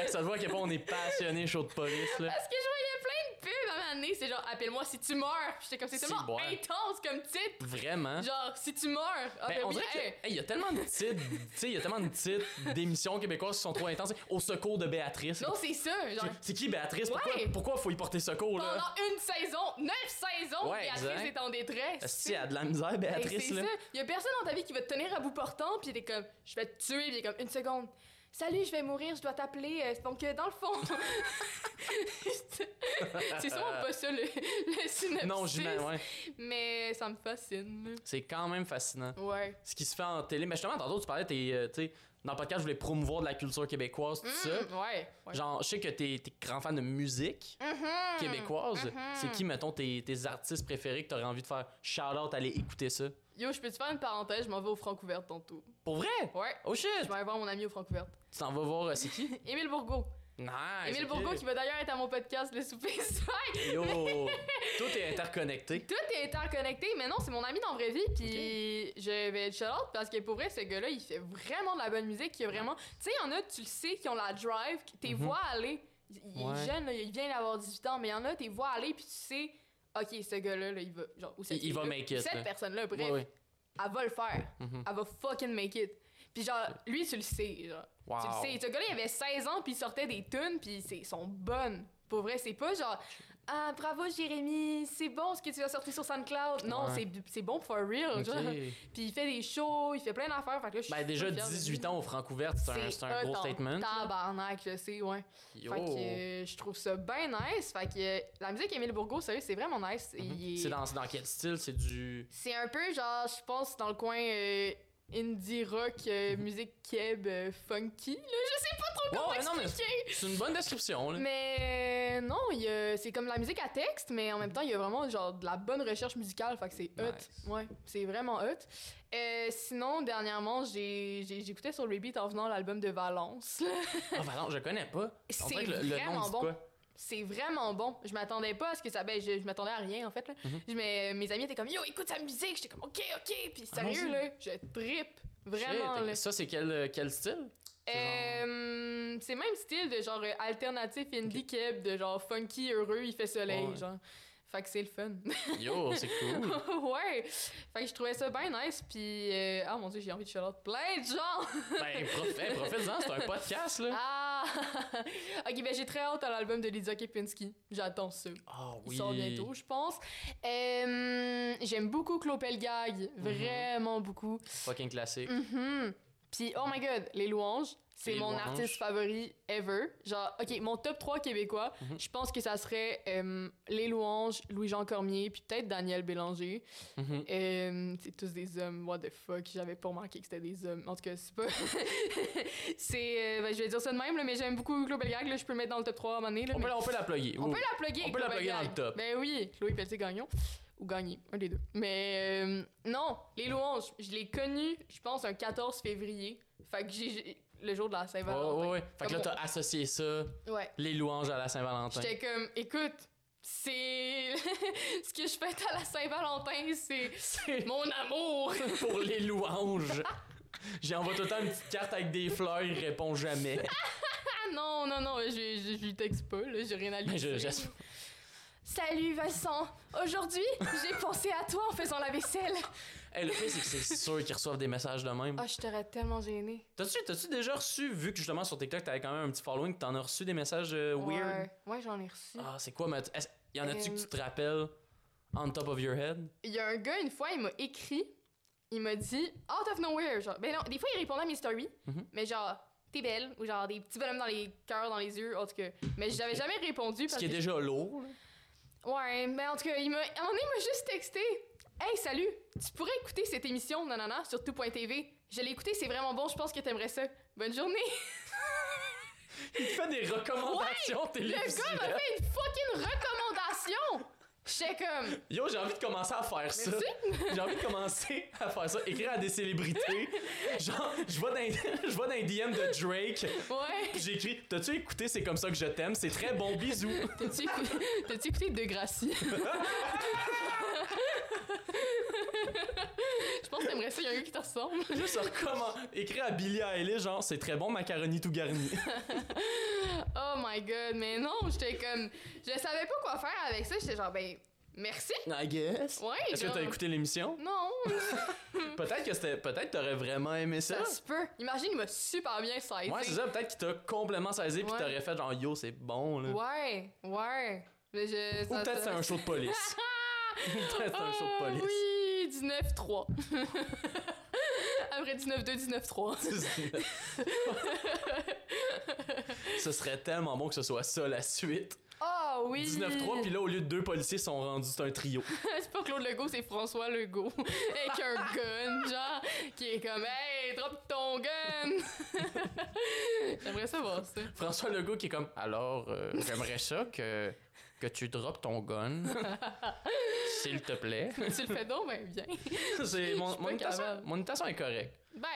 B: Hey, ça se voit à quel point on est passionné show de police, là.
A: Parce que je voyais plein de pubs à un moment donné, c'est genre appelle-moi si tu meurs. Puis J'étais comme c'est
B: Si,
A: tellement
B: ouais.
A: intense comme titre.
B: Vraiment.
A: Genre si tu meurs. Ah,
B: Ben,
A: ben
B: on
A: oui,
B: dirait qu'il
A: hey.
B: y a tellement de titres, tu sais, il y a tellement de titres d'émissions québécoises qui sont trop intenses. Au secours de Béatrice.
A: Non, c'est ça. Genre
B: C'est- C'est qui Béatrice?
A: Ouais.
B: Pourquoi, pourquoi faut y porter secours,
A: pendant
B: là?
A: une saison, neuf saisons,
B: Ouais,
A: Béatrice
B: exact.
A: est en détresse.
B: Si, elle a de la misère,
A: Hey,
B: Béatrice,
A: Ben, c'est
B: là.
A: ça. Il y a personne dans ta vie qui va te tenir à bout portant, puis t'es comme je vais te tuer, puis il est comme une seconde. Salut, je vais mourir, je dois t'appeler. euh, donc euh, dans le fond, c'est sûrement pas ça le, le synopsis.
B: Non, j'imagine, ouais.
A: Mais ça me fascine.
B: C'est quand même fascinant.
A: Ouais.
B: ce qui se fait en télé. Mais justement, tantôt, tu parlais, t'es, euh, tu sais, dans le podcast, je voulais promouvoir de la culture québécoise, tout ça.
A: Mm, ouais. ouais.
B: Genre, je sais que t'es, t'es grand fan de musique Mm-hmm.
A: Mhm.
B: québécoise.
A: mhm.
B: C'est qui, mettons, tes, tes artistes préférés que t'aurais envie de faire shout-out, aller écouter ça?
A: Yo, je peux te faire une parenthèse, je m'en vais au Francouverte tantôt.
B: Pour vrai?
A: Ouais.
B: Oh shit!
A: Je vais aller voir mon ami au Francouverte.
B: Tu t'en vas voir, euh, c'est qui?
A: Émile Bourgault.
B: Nice!
A: Émile
B: ok.
A: Bourgault qui va d'ailleurs être à mon podcast Le Souper Side.
B: Yo! Tout est interconnecté.
A: Tout est interconnecté, mais non, c'est mon ami dans la vraie vie, puis je vais être shout-out parce que pour vrai, ce gars-là, il fait vraiment de la bonne musique, il a vraiment... Tu sais, il y en a, tu le sais, qui ont la drive, qui- tes
B: Mhm.
A: voix aller. Il, il
B: Ouais.
A: est jeune, là, il vient d'avoir 18 ans, mais il y en a, tes voix aller, puis tu sais, OK, ce gars-là, là, il va... Genre, ou cette
B: Il- il va
A: fille-là,
B: make it,
A: Cette
B: là.
A: personne-là, bref,
B: Ouais, ouais.
A: elle va le faire.
B: Mhm.
A: Elle va fucking make it. Puis genre, lui, tu le sais, genre.
B: Wow.
A: Tu le sais, ce gars-là, il avait 16 ans, puis il sortait des tunes, puis c'est- ils sont bonnes. Pour vrai, c'est pas genre « Ah, bravo, Jérémy, c'est bon ce que tu as sorti sur SoundCloud. » Non,
B: Ouais.
A: c'est- c'est bon for real,
B: Ok.
A: genre. Puis il fait des shows, il fait plein d'affaires, fait que là, je suis
B: Ben, déjà
A: super fière de lui.
B: 18 ans au Francouverte, c'est un, c'est un gros
A: hot en
B: statement.
A: Tabarnak, je sais, ouais.
B: Yo!
A: Fait que euh, je trouve ça bien nice. Fait que euh, la musique Émile Bourgault, sérieux, c'est vraiment nice.
B: Mhm.
A: Il est-
B: C'est dans, c'est dans quel style? C'est du.
A: c'est un peu genre, je pense, dans le coin euh, indie rock,
B: Mhm.
A: euh, musique keb, euh, funky. Là, je sais pas trop
B: Ouais,
A: comment
B: ouais, non, mais-
A: expliquer.
B: C'est une bonne description, là.
A: Mais euh, non, il y a- c'est comme la musique à texte, mais en même temps, il y a vraiment genre de la bonne recherche musicale, fait que c'est hot.
B: Nice.
A: Ouais, c'est vraiment hot. Euh, sinon, dernièrement, j'ai j'ai- j'écoutais sur Repeat en venant l'album de Valence.
B: Ah, bah non, je connais pas. On
A: C'est
B: dirait que le, le nom
A: vraiment
B: dit
A: bon.
B: quoi?
A: C'est vraiment bon. Je m'attendais pas à ce que ça. Ben, je, je m'attendais à rien, en fait. Là.
B: Mhm.
A: Je- mais euh, mes amis étaient comme Yo, écoute sa musique. J'étais comme OK, OK. Puis
B: Ah, mon
A: sérieux,
B: Dieu.
A: là, je trippe. Vraiment,
B: Shit,
A: là.
B: Ça, c'est quel, euh, quel style? C'est genre-
A: Euh, C'est même style de genre euh, alternatif indie keb, de genre funky, heureux, il fait soleil,
B: Ouais.
A: genre. Fait que c'est le fun.
B: Yo, c'est cool.
A: ouais! Fait que je trouvais ça bien nice, puis... euh, Ah mon dieu, j'ai envie de shout plein de gens!
B: ben, prof- hey, profite-en, c'est un podcast, là.
A: Ah! ok, ben j'ai très hâte à l'album de Lydia Kepinski. J'attends ça.
B: Ah
A: Il sort bientôt, je pense. Euh, J'aime beaucoup
B: Mm-hmm.
A: Clopelgag. Vraiment beaucoup.
B: Fucking classique.
A: Mhm. Puis, oh my god, Les Louanges, c'est
B: Les
A: mon
B: Louanges.
A: artiste favori ever. Genre, ok, mon top 3 québécois,
B: Mhm.
A: je pense que ça serait euh, Les Louanges, Louis-Jean Cormier, puis peut-être Daniel Bélanger.
B: Mhm.
A: Euh, c'est tous des hommes, what the fuck, j'avais pas remarqué que c'était des hommes. En tout cas, c'est pas. c'est. euh, ben, je vais dire ça de même, là, mais j'aime beaucoup Claude Belgag, là, je peux le mettre dans le top 3 à un moment donné. là,
B: On, peut,
A: mais-
B: la- on peut la plugger.
A: on
B: oui.
A: peut la plugger.
B: On peut la
A: Claude
B: plugger dans
A: Belgag.
B: le top.
A: Ben oui, Chloé Pelletier-Gagnon. Ou Gagné, un des deux. Mais euh, non, les louanges, je l'ai connu, je pense, un 14 février. Fait que j'ai- j'ai. Le jour de la Saint-Valentin.
B: Ouais, ouais, ouais. Fait que là,
A: Comme-
B: t'as associé ça,
A: ouais.
B: les louanges à la Saint-Valentin.
A: J'étais comme, écoute, c'est. Ce que je fête à la Saint-Valentin, c'est.
B: C'est
A: Mon amour!
B: pour les louanges. J'envoie tout le temps une petite carte avec des fleurs, il répond jamais.
A: Ah non, non, non, je, je, je lui texte pas, là, j'ai rien à lui
B: Mais je-
A: dire.
B: j'espère.
A: Salut Vincent, aujourd'hui j'ai pensé à toi en faisant la vaisselle.
B: Hey, le fait, c'est que c'est sûr qu'ils reçoivent des messages de même.
A: Ah, je t'aurais tellement gênée.
B: T'as-tu, t'as-tu déjà reçu, vu que justement sur TikTok, t'avais quand même un petit following, t'en as reçu des messages euh, weird?
A: Ouais, ouais, j'en ai reçu.
B: Ah, c'est quoi, mais est-ce- y en a-tu
A: Euh,
B: que tu te rappelles on top of your head?
A: Il y a un gars, une fois, il m'a écrit, il m'a dit out of nowhere. Genre, ben non, des fois il répondait à mes stories,
B: Mhm.
A: mais genre, t'es belle, ou genre des petits bonhommes dans les cœurs, dans les yeux, en tout cas. Mais j'avais jamais répondu
B: Ce
A: parce
B: qui est
A: que.
B: déjà lourd. là.
A: Ouais, mais en tout cas, il m'a... à un moment donné, il m'a juste texté Hey, salut, tu pourrais écouter cette émission, nanana, sur tout.tv. Je l'ai écouté, c'est vraiment bon, je pense que t'aimerais ça. Bonne journée.
B: Il fait des recommandations
A: Le gars m'a
B: télévisuelles.
A: fait une fucking recommandation. J'étais comme
B: Yo, j'ai envie de commencer à faire ça.
A: Merci.
B: J'ai envie de commencer à faire ça. Écrire à des célébrités. Genre, je vais dans, les- je vais dans les DM de Drake.
A: Ouais.
B: Puis j'écris T'as-tu écouté C'est comme ça que je t'aime C'est très bon, bisous.
A: T'as-tu écouté, t'as-tu écouté Degrassi? je pense que t'aimerais ça, il y a un gars qui te ressemble.
B: Juste recommande. Écrire à Billie Eilish, genre, c'est très bon, macaroni tout garni.
A: Oh my god, mais non, j'étais comme. Je savais pas quoi faire avec ça, j'étais genre, ben, merci.
B: I guess.
A: Ouais,
B: Est-ce que t'as
A: comme-
B: écouté l'émission?
A: Non,
B: Peut-être que c'était. Peut-être t'aurais vraiment aimé ça.
A: Mm. ça se peut. Imagine, il m'a super bien saisi.
B: Ouais, c'est ça. Peut-être qu'il t'a complètement saisi puis
A: Ouais.
B: t'aurais fait genre yo, c'est bon là.
A: Ouais, ouais. Mais je, Oh
B: Ou peut-être c'est un show de police. peut-être c'est un show de police.
A: Ah, Oui, 19-3. Après 19-2, 19-3.
B: ce serait tellement bon que ce soit ça la suite.
A: Ah oui!
B: 19-3, puis là, au lieu de deux policiers, sont rendus c'est un trio.
A: c'est pas Claude Legault, c'est François Legault. Avec un gun, genre, qui est comme Hey, drop ton gun! J'aimerais savoir ça.
B: François Legault qui est comme Alors, euh, j'aimerais ça que, que tu droppes ton gun. S'il te plaît.
A: tu le fais donc ben bien.
B: C'est-
A: Je
B: mon,
A: suis
B: mon
A: pas
B: imitation,
A: capable.
B: mon imitation est correcte.
A: Ben,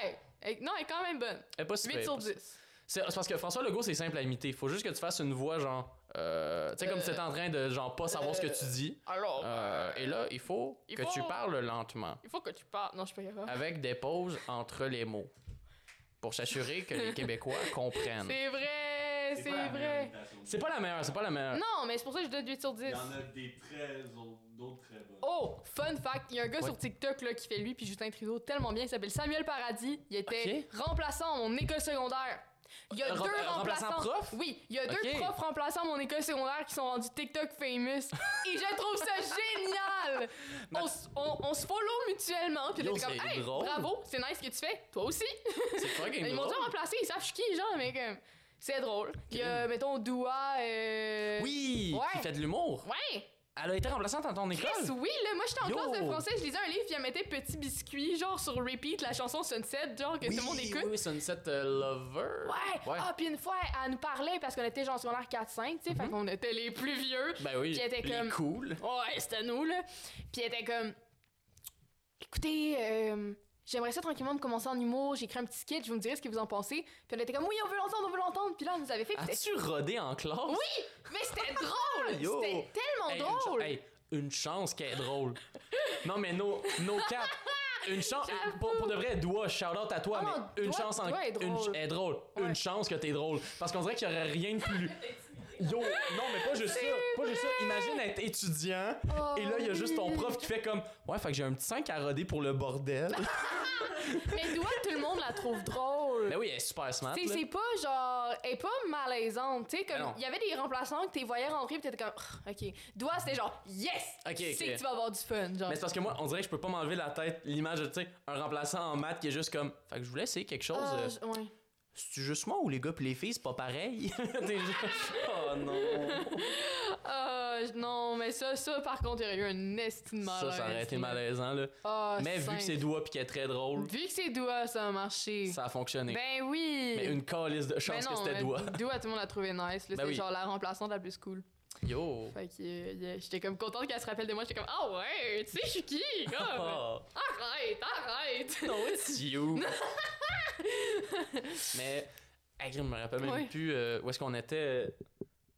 A: elle- non, elle est quand même bonne.
B: Elle est pas si
A: 8
B: pire.
A: sur 10.
B: C'est c'est parce que François Legault, c'est simple à imiter. Faut juste que tu fasses une voix genre. euh, tu sais,
A: Euh,
B: comme si t'étais en train de genre pas savoir ce que tu dis.
A: Alors,
C: Ah.
B: Euh, et là, il faut
A: oh. il
B: que
A: faut-
B: tu parles lentement,
A: il faut que tu parles. Non, je suis pas capable.
B: avec des pauses entre les mots, pour s'assurer que les Québécois comprennent.
A: C'est vrai, c'est vrai.
B: C'est pas la meilleure, c'est pas la meilleure.
A: Non, mais c'est pour ça que je donne 8 sur 10.
C: Il y en a des très autres, d'autres très bonnes.
A: Oh, fun fact, il y a un gars
B: Ouais.
A: sur TikTok là, qui fait lui puis Justin Trudeau tellement bien, il s'appelle Samuel Paradis. Il était remplaçant à mon école secondaire. Il y a
B: Rem-
A: deux
B: euh, remplaçant
A: remplaçants.
B: prof?
A: Oui, il y a
B: Ok.
A: deux profs remplaçants à mon école secondaire qui sont rendus TikTok famous. Et je trouve ça génial. On, s- on- on se follow mutuellement puis
B: Yo,
A: on est comme
B: c'est
A: hey,
B: drôle.
A: bravo, c'est nice ce que tu fais. Toi aussi.
B: C'est pas
A: Ils m'ont déjà remplacé, ils savent je suis qui genre mais comme c'est drôle. Il y a mettons Doua euh...
B: Oui, qui
A: Ouais.
B: fait de l'humour.
A: Ouais.
B: Elle a été remplaçante dans ton école.
A: Chris, oui, là, moi j'étais en
B: Yo.
A: classe de français, je lisais un livre, puis elle mettait Petit Biscuit, genre sur repeat, la chanson Sunset, genre que tout le monde écoute.
B: Oui, Sunset euh, Lover.
A: Ouais!
B: Ouais.
A: Ah, puis une fois, elle nous parlait parce qu'on était genre secondaire 4-5, tu sais,
B: Mm-hmm.
A: fait qu'on était les plus vieux.
B: Ben oui,
A: Puis elle était
B: les
A: comme-
B: cool.
A: Ouais, c'était nous, là. Puis elle était comme Écoutez, euh, j'aimerais ça tranquillement me commencer en humour, j'ai créé un petit skit, je vous me dirai ce que vous en pensez. Puis elle était comme Oui, on veut l'entendre, on veut l'entendre. Puis là, elle nous avait fait. puis c'était-
B: As-tu rodé en classe?
A: Oui! Mais c'était drôle!
B: Yo.
A: C'était tellement
B: Hey, une
A: drôle!
B: cha- hey, une chance qu'elle est drôle. non, mais nos no cap. Une chance.
A: J'avoue.
B: Pour, pour de vrai, doigt, shout out à toi,
A: Ah non,
B: mais une
A: doigt-
B: chance en.
A: doigt est
B: Une,
A: drôle.
B: elle est drôle.
A: Ouais.
B: Une chance que t'es drôle. Parce qu'on dirait qu'il y aurait rien de plus. Yo, non, mais pas juste ça. Pas juste ça. Imagine être étudiant
A: Oh,
B: et là, il y a juste ton
A: oui.
B: prof qui fait comme Ouais, fait que j'ai un petit 5 à roder pour le bordel.
A: Mais toi, tout le monde la trouve drôle.
B: ben oui, elle est super smart.
A: T'sais,
B: là.
A: c'est pas genre. Elle est pas malaisante. Tu sais,
B: Ben
A: comme.
B: non.
A: Il y avait des remplaçants que tu voyais rentrer pis t'étais comme. Ah, ok. Doigt, c'était genre. Yes!
B: Ok,
A: tu sais
B: ok.
A: que tu vas avoir du fun. Genre.
B: Mais c'est parce que moi, on dirait que je peux pas m'enlever la tête l'image de, tu sais, un remplaçant en maths qui est juste comme Fait que je voulais essayer quelque chose.
A: Ah,
B: euh,
A: j- ouais.
B: C'est juste moi ou les gars pis les filles, c'est pas pareil? T'es juste- oh non!
A: Ah, j- non, mais ça, ça, par contre, il y aurait eu un esti de
B: Ça,
A: malaise.
B: ça aurait été
A: là.
B: malaisant, là.
A: Ah,
B: Mais vu
A: cinq.
B: que c'est doigt pis qu'elle est très drôle,
A: Vu que c'est doigt, ça a marché.
B: ça a fonctionné.
A: Ben oui!
B: Mais une calice de
A: Ben
B: chance
A: non,
B: que c'était
A: mais
B: doigt.
A: Doigt, tout le monde l'a trouvé nice. là,
B: Ben
A: c'est
B: oui.
A: genre la remplaçante la plus cool.
B: Yo!
A: Fait que euh, yeah, j'étais comme contente qu'elle se rappelle de moi. J'étais comme, ah ouais, tu sais, je suis qui? Comme,
B: Oh,
A: arrête, arrête!
B: no, it's you! Mais, hey, je me rappelle même
A: Ouais.
B: plus euh, où est-ce qu'on était.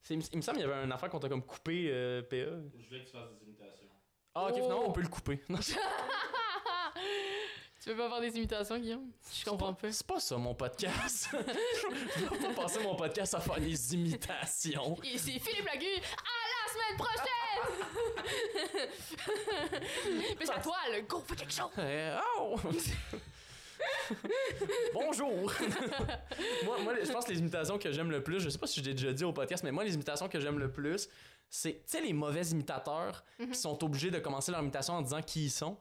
B: C'est- il me- il me semble qu'il y avait un affaire qu'on t'a comme coupé, euh, PA.
C: Je voulais que tu fasses des imitations.
B: Ah, ok,
A: Oh.
B: finalement, on peut le couper. Non, je
A: Tu veux pas avoir des imitations, Guillaume? Je comprends pas.
B: C'est pas ça mon podcast. je vais pas passer mon podcast à faire des imitations.
A: Ici Philippe Lagu, à la semaine prochaine!
D: Puis la toile, go, fais quelque chose!
B: Euh, oh! Bonjour! moi, moi, je pense que les imitations que j'aime le plus, je sais pas si je l'ai déjà dit au podcast, mais moi, les imitations que j'aime le plus, c'est, tu sais, les mauvais imitateurs qui sont obligés de commencer leur imitation en disant qui ils sont.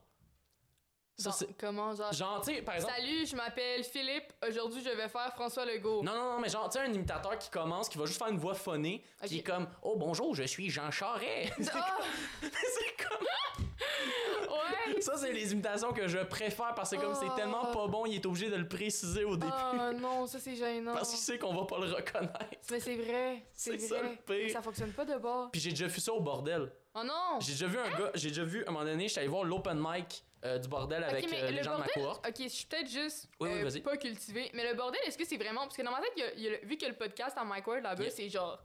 B: Ça,
D: Bon,
B: c'est-
D: comment, genre...
B: Genre, tu sais, par exemple.
A: Salut, je m'appelle Philippe. Aujourd'hui, je vais faire François Legault.
B: Non, non, non, mais genre, tu sais, un imitateur qui commence, qui va juste faire une voix phonée, qui
D: Ok.
B: est comme Oh bonjour, je suis Jean Charest!
D: Ah!
B: c'est comme.
A: Ouais!
B: Ça, c'est les imitations que je préfère parce que comme c'est
D: Oh.
B: tellement pas bon, il est obligé de le préciser au
A: Oh.
B: début.
D: Ah non, ça c'est gênant.
B: Parce qu'il sait qu'on va pas le reconnaître.
D: Mais c'est vrai, c'est
B: C'est
D: vrai.
B: ça le pire.
D: Ça fonctionne pas de bas.
B: Puis j'ai déjà vu ça au bordel.
D: Oh non!
B: J'ai déjà vu un gars, j'ai déjà vu à un moment donné, j'étais allé voir l'open mic euh, du bordel avec
A: mais
B: euh, les
A: le
B: gens de
A: bordel-
B: ma cohorte.
A: Ok, je suis peut-être juste
B: Oui, oui,
A: euh,
B: vas-y.
A: pas cultivée. Mais le bordel, est-ce que c'est vraiment. Parce que dans ma tête, il y a- il y a le- vu que le podcast en Microwave là-bas,
B: Yeah.
A: c'est genre.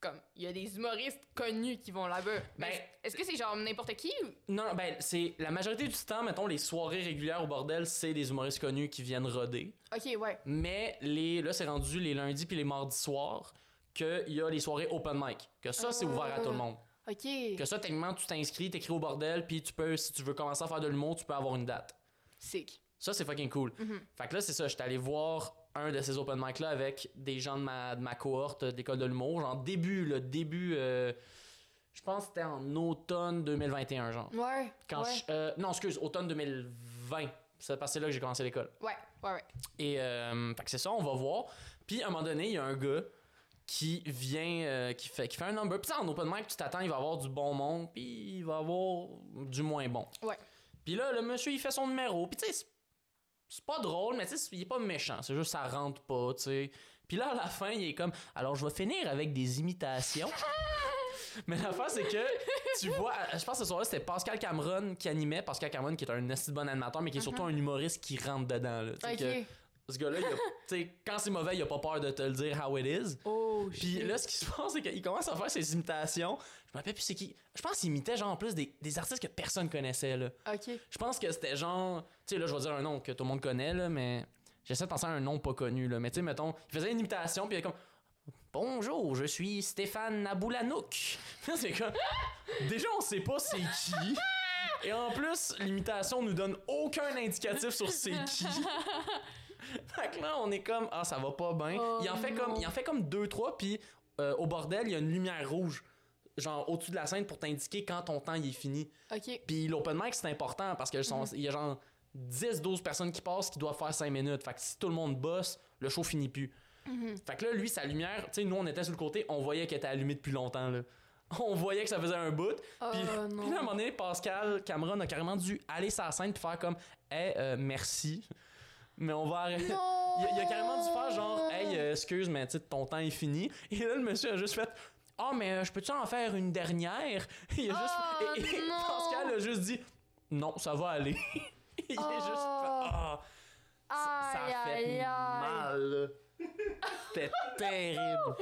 A: Comme, il y a des humoristes connus qui vont là-bas. Mais
B: Ben,
A: est-ce que c'est genre n'importe qui ou.
B: Non, non, ben c'est la majorité du temps, mettons les soirées régulières au bordel, c'est des humoristes connus qui viennent roder.
D: Ok, ouais.
B: Mais les là c'est rendu les lundis puis les mardis soirs que il y a les soirées open mic. Que ça c'est ouvert à
A: Oh.
B: tout le monde.
D: Ok.
B: Que ça techniquement tu t'inscris, t'écris au bordel puis tu peux si tu veux commencer à faire de l'humour, tu peux avoir une date.
D: Sick.
B: Ça, c'est fucking cool. Fait que là, c'est ça. J'étais allé voir un de ces open mic-là avec des gens de ma, de ma cohorte euh, d'école de l'humour. Genre, début, le début, euh, je pense que c'était en automne 2021, genre.
D: Ouais.
B: Quand
D: ouais.
B: je- euh, non, excuse, automne 2020. C'est parce que c'est là que j'ai commencé l'école.
D: ouais. Ouais, ouais.
B: Et euh, fait que c'est ça, on va voir. Puis à un moment donné, il y a un gars qui vient, euh, qui, fait, qui fait un number. Puis ça, en open mic, tu t'attends, il va avoir du bon monde, puis il va avoir du moins bon.
D: Ouais.
B: Puis là, le monsieur, il fait son numéro. Puis tu sais, c'est- c'est pas drôle, mais tu sais, c'est- il est pas méchant. C'est juste, ça rentre pas, tu sais. Puis là, à la fin, il est comme, alors je vais finir avec des imitations. Mais l'affaire, c'est que tu vois, à- je pense que ce soir-là, c'était Pascal Cameron qui animait. Pascal Cameron, qui est un assez bon animateur, mais qui est surtout un humoriste qui rentre dedans. Là, tu sais,
D: Uh-huh. Ok.
B: que- ce gars-là, il a- tu sais, quand c'est mauvais, il a pas peur de te le dire how it is.
D: Oh,
B: Puis
D: shit.
B: là, ce qui se passe, c'est qu'il commence à faire ses imitations. Je me rappelle plus c'est qui. Je pense qu'il imitait genre en plus des, des artistes que personne connaissait. Là.
D: Ok.
B: Je pense que c'était genre. Tu sais, là, je vais dire un nom que tout le monde connaît, là, mais j'essaie de penser à un nom pas connu. Là. Mais tu sais, mettons, il faisait une imitation, puis il est comme. Bonjour, je suis Stéphane Naboulanouk. Là, c'est comme. Déjà, on sait pas c'est qui. Et en plus, l'imitation nous donne aucun indicatif sur c'est qui. fait que là, on est comme ah ça va pas bien.
D: Oh
B: il en fait
D: non.
B: comme il en fait comme deux trois puis euh, au bordel, il y a une lumière rouge genre au-dessus de la scène pour t'indiquer quand ton temps il est fini.
D: Ok.
B: Puis l'open mic, c'est important parce qu'il
D: Mhm.
B: y a genre 10-12 personnes qui passent qui doivent faire 5 minutes. Fait que si tout le monde bosse, le show finit plus.
D: Mhm.
B: Fait que là, lui, sa lumière, tu sais, nous, on était sur le côté, on voyait qu'elle était allumée depuis longtemps, là. On voyait que ça faisait un bout.
D: Oh
B: Puis, puis là, à un
D: non.
B: moment donné, Pascal Cameron a carrément dû aller sur la scène puis faire comme Hey, euh, merci, mais on va arrêter.
D: Non!
B: Il, a- il a carrément dû faire genre Hey, euh, excuse, mais tu sais, ton temps est fini. Et là, le monsieur a juste fait Ah, mais euh, je peux-tu en faire une dernière Il a
D: Oh,
B: juste. et- et
D: non!
B: Pascal a juste dit Non, ça va aller. il
D: Oh.
B: est juste. fait, Ah, ça, ça a
D: Aïe,
B: fait
D: aïe, aïe.
B: mal. C'était terrible.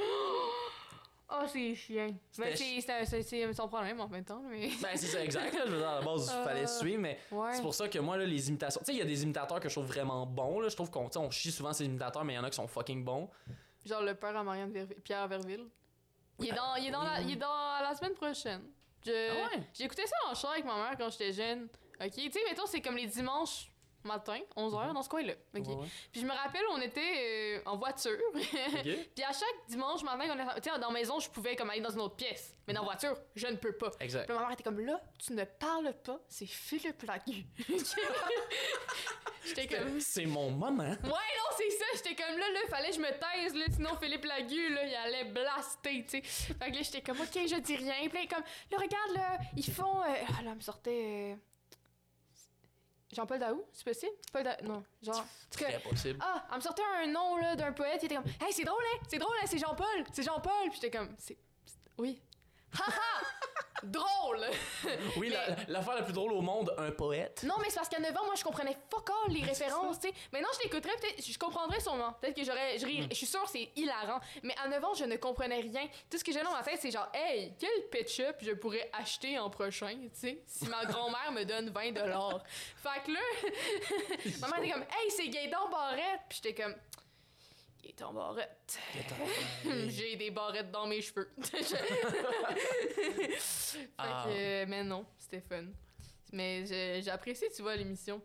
D: Oh, c'est chiant. Mais c'est-
B: C'était
D: c'est un- c'est c'est son problème en même temps, mais.
B: Ben, c'est ça, exact. là. je veux dire, à la base, il fallait
D: Euh.
B: suivre, mais
D: Ouais.
B: C'est pour ça que moi, là, les imitations. Tu sais, il y a des imitateurs que je trouve vraiment bons. Là. Je trouve qu'on tu sais, on chie souvent ces imitateurs, mais il y en a qui sont fucking bons.
D: Genre le père à Marianne Vervi- Pierre Verville.
A: Il est dans, il est dans, la,
B: Oui.
A: il est dans la semaine prochaine.
D: Euh,
A: Je-
B: Ah ouais?
A: J'écoutais ça en char avec ma mère quand j'étais jeune. Ok, tu sais, mettons, c'est comme les dimanches matin, 11h, dans ce coin-là. Ok.
B: Mhm. Ouais, ouais.
A: Puis je me rappelle, on était euh, en voiture.
B: Ok.
A: Puis à chaque dimanche matin, qu'on est- tu sais, dans la maison, je pouvais comme aller dans une autre pièce. Mais dans la voiture, je ne peux pas.
B: Exact.
A: Puis ma mère était comme là, tu ne parles pas, c'est Philippe Lagu. J'étais comme.
B: C'est mon moment.
A: Ouais, non, c'est ça. J'étais comme là, là, fallait que je me taise, là, sinon Philippe Lagu, là, il allait blaster, tu sais. Fait que là, j'étais comme, ok, je dis rien. Puis là, il est comme, là, regarde, là, ils font. euh, Ah, là, elle me sortait. euh,
D: Jean-Paul Daou, c'est possible? Paul Daou, non. Genre. que-
B: Très possible.
D: Ah, elle me sortait un nom là d'un poète, il était comme "Hey, c'est drôle hein, c'est drôle hein, c'est Jean-Paul, c'est Jean-Paul." Puis j'étais comme "C'est oui."
A: Drôle!
B: Oui, la- l'affaire la plus drôle au monde, un poète.
D: Non, mais c'est parce qu'à 9 ans, moi je comprenais fuck all les références, tu sais.
A: Maintenant, je l'écouterais, peut-être, je comprendrais son nom. Peut-être que j'aurais. Je rirais. Je suis sûre, c'est hilarant. Mais à 9 ans, je ne comprenais rien. Tout ce que j'ai dans ma tête, c'est genre, hey, quel pitch-up je pourrais acheter en prochain, tu sais, si ma grand-mère me donne 20 Fait que là, maman était comme, hey, c'est Gaëtan Barrette. Puis j'étais comme, Il est en barrette.
B: J'ai-
A: J'ai des barrettes dans mes cheveux. fait
B: Ah.
A: que, mais non, c'était fun. Mais je- j'apprécie, tu vois, l'émission.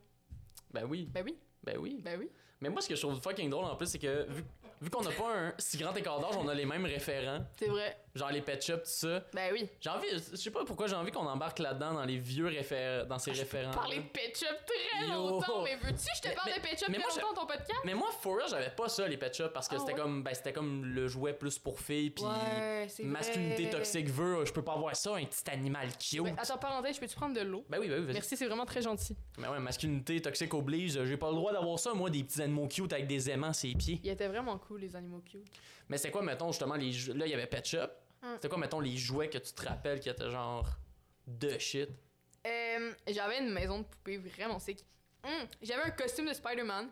B: ben oui,
A: Ben oui,
B: ben oui.
A: ben oui.
B: Mais moi, ce que je trouve fucking drôle en plus, c'est que vu, vu qu'on n'a pas un si grand écart d'âge, on a les mêmes référents,
A: C'est vrai.
B: genre les Pet Shops, tout ça.
A: Ben oui.
B: J'ai envie, je sais pas pourquoi j'ai envie qu'on embarque là-dedans dans les vieux référents, dans ces référents.
A: Ah, Parler de Pet Shop très
B: Ah, Yo.
A: longtemps, mais veux-tu que je te
B: Mais-
A: parle
B: mais-
A: de Pet Shop
B: mais
A: très
B: moi, je-
A: longtemps dans ton podcast?
B: Mais moi, for real, j'avais pas ça, les Pet Shops, parce que
A: Ah
B: c'était
A: ouais?
B: comme, ben, c'était comme le jouet plus pour filles, puis
A: c'est
B: masculinité
A: vrai.
B: toxique veut, je peux pas avoir ça, un petit animal cute.
A: Ouais, attends, parenthèse, je peux-tu prendre de l'eau?
B: Ben oui, ben oui, vas-y.
A: Merci, c'est vraiment très gentil.
B: Mais ouais, masculinité toxique oblige, j'ai pas le droit d'avoir ça, moi, des petits animaux cute avec des aimants sur les pieds.
A: Il était vraiment cool, les animaux cute.
B: Mais c'est quoi, mettons, justement, les jou- là, il y avait Pet Shop.
A: Mm.
B: C'était quoi, mettons, les jouets que tu te rappelles qui étaient genre de shit?
A: Euh, J'avais une maison de poupées vraiment sick. Hum, J'avais un costume de Spider-Man.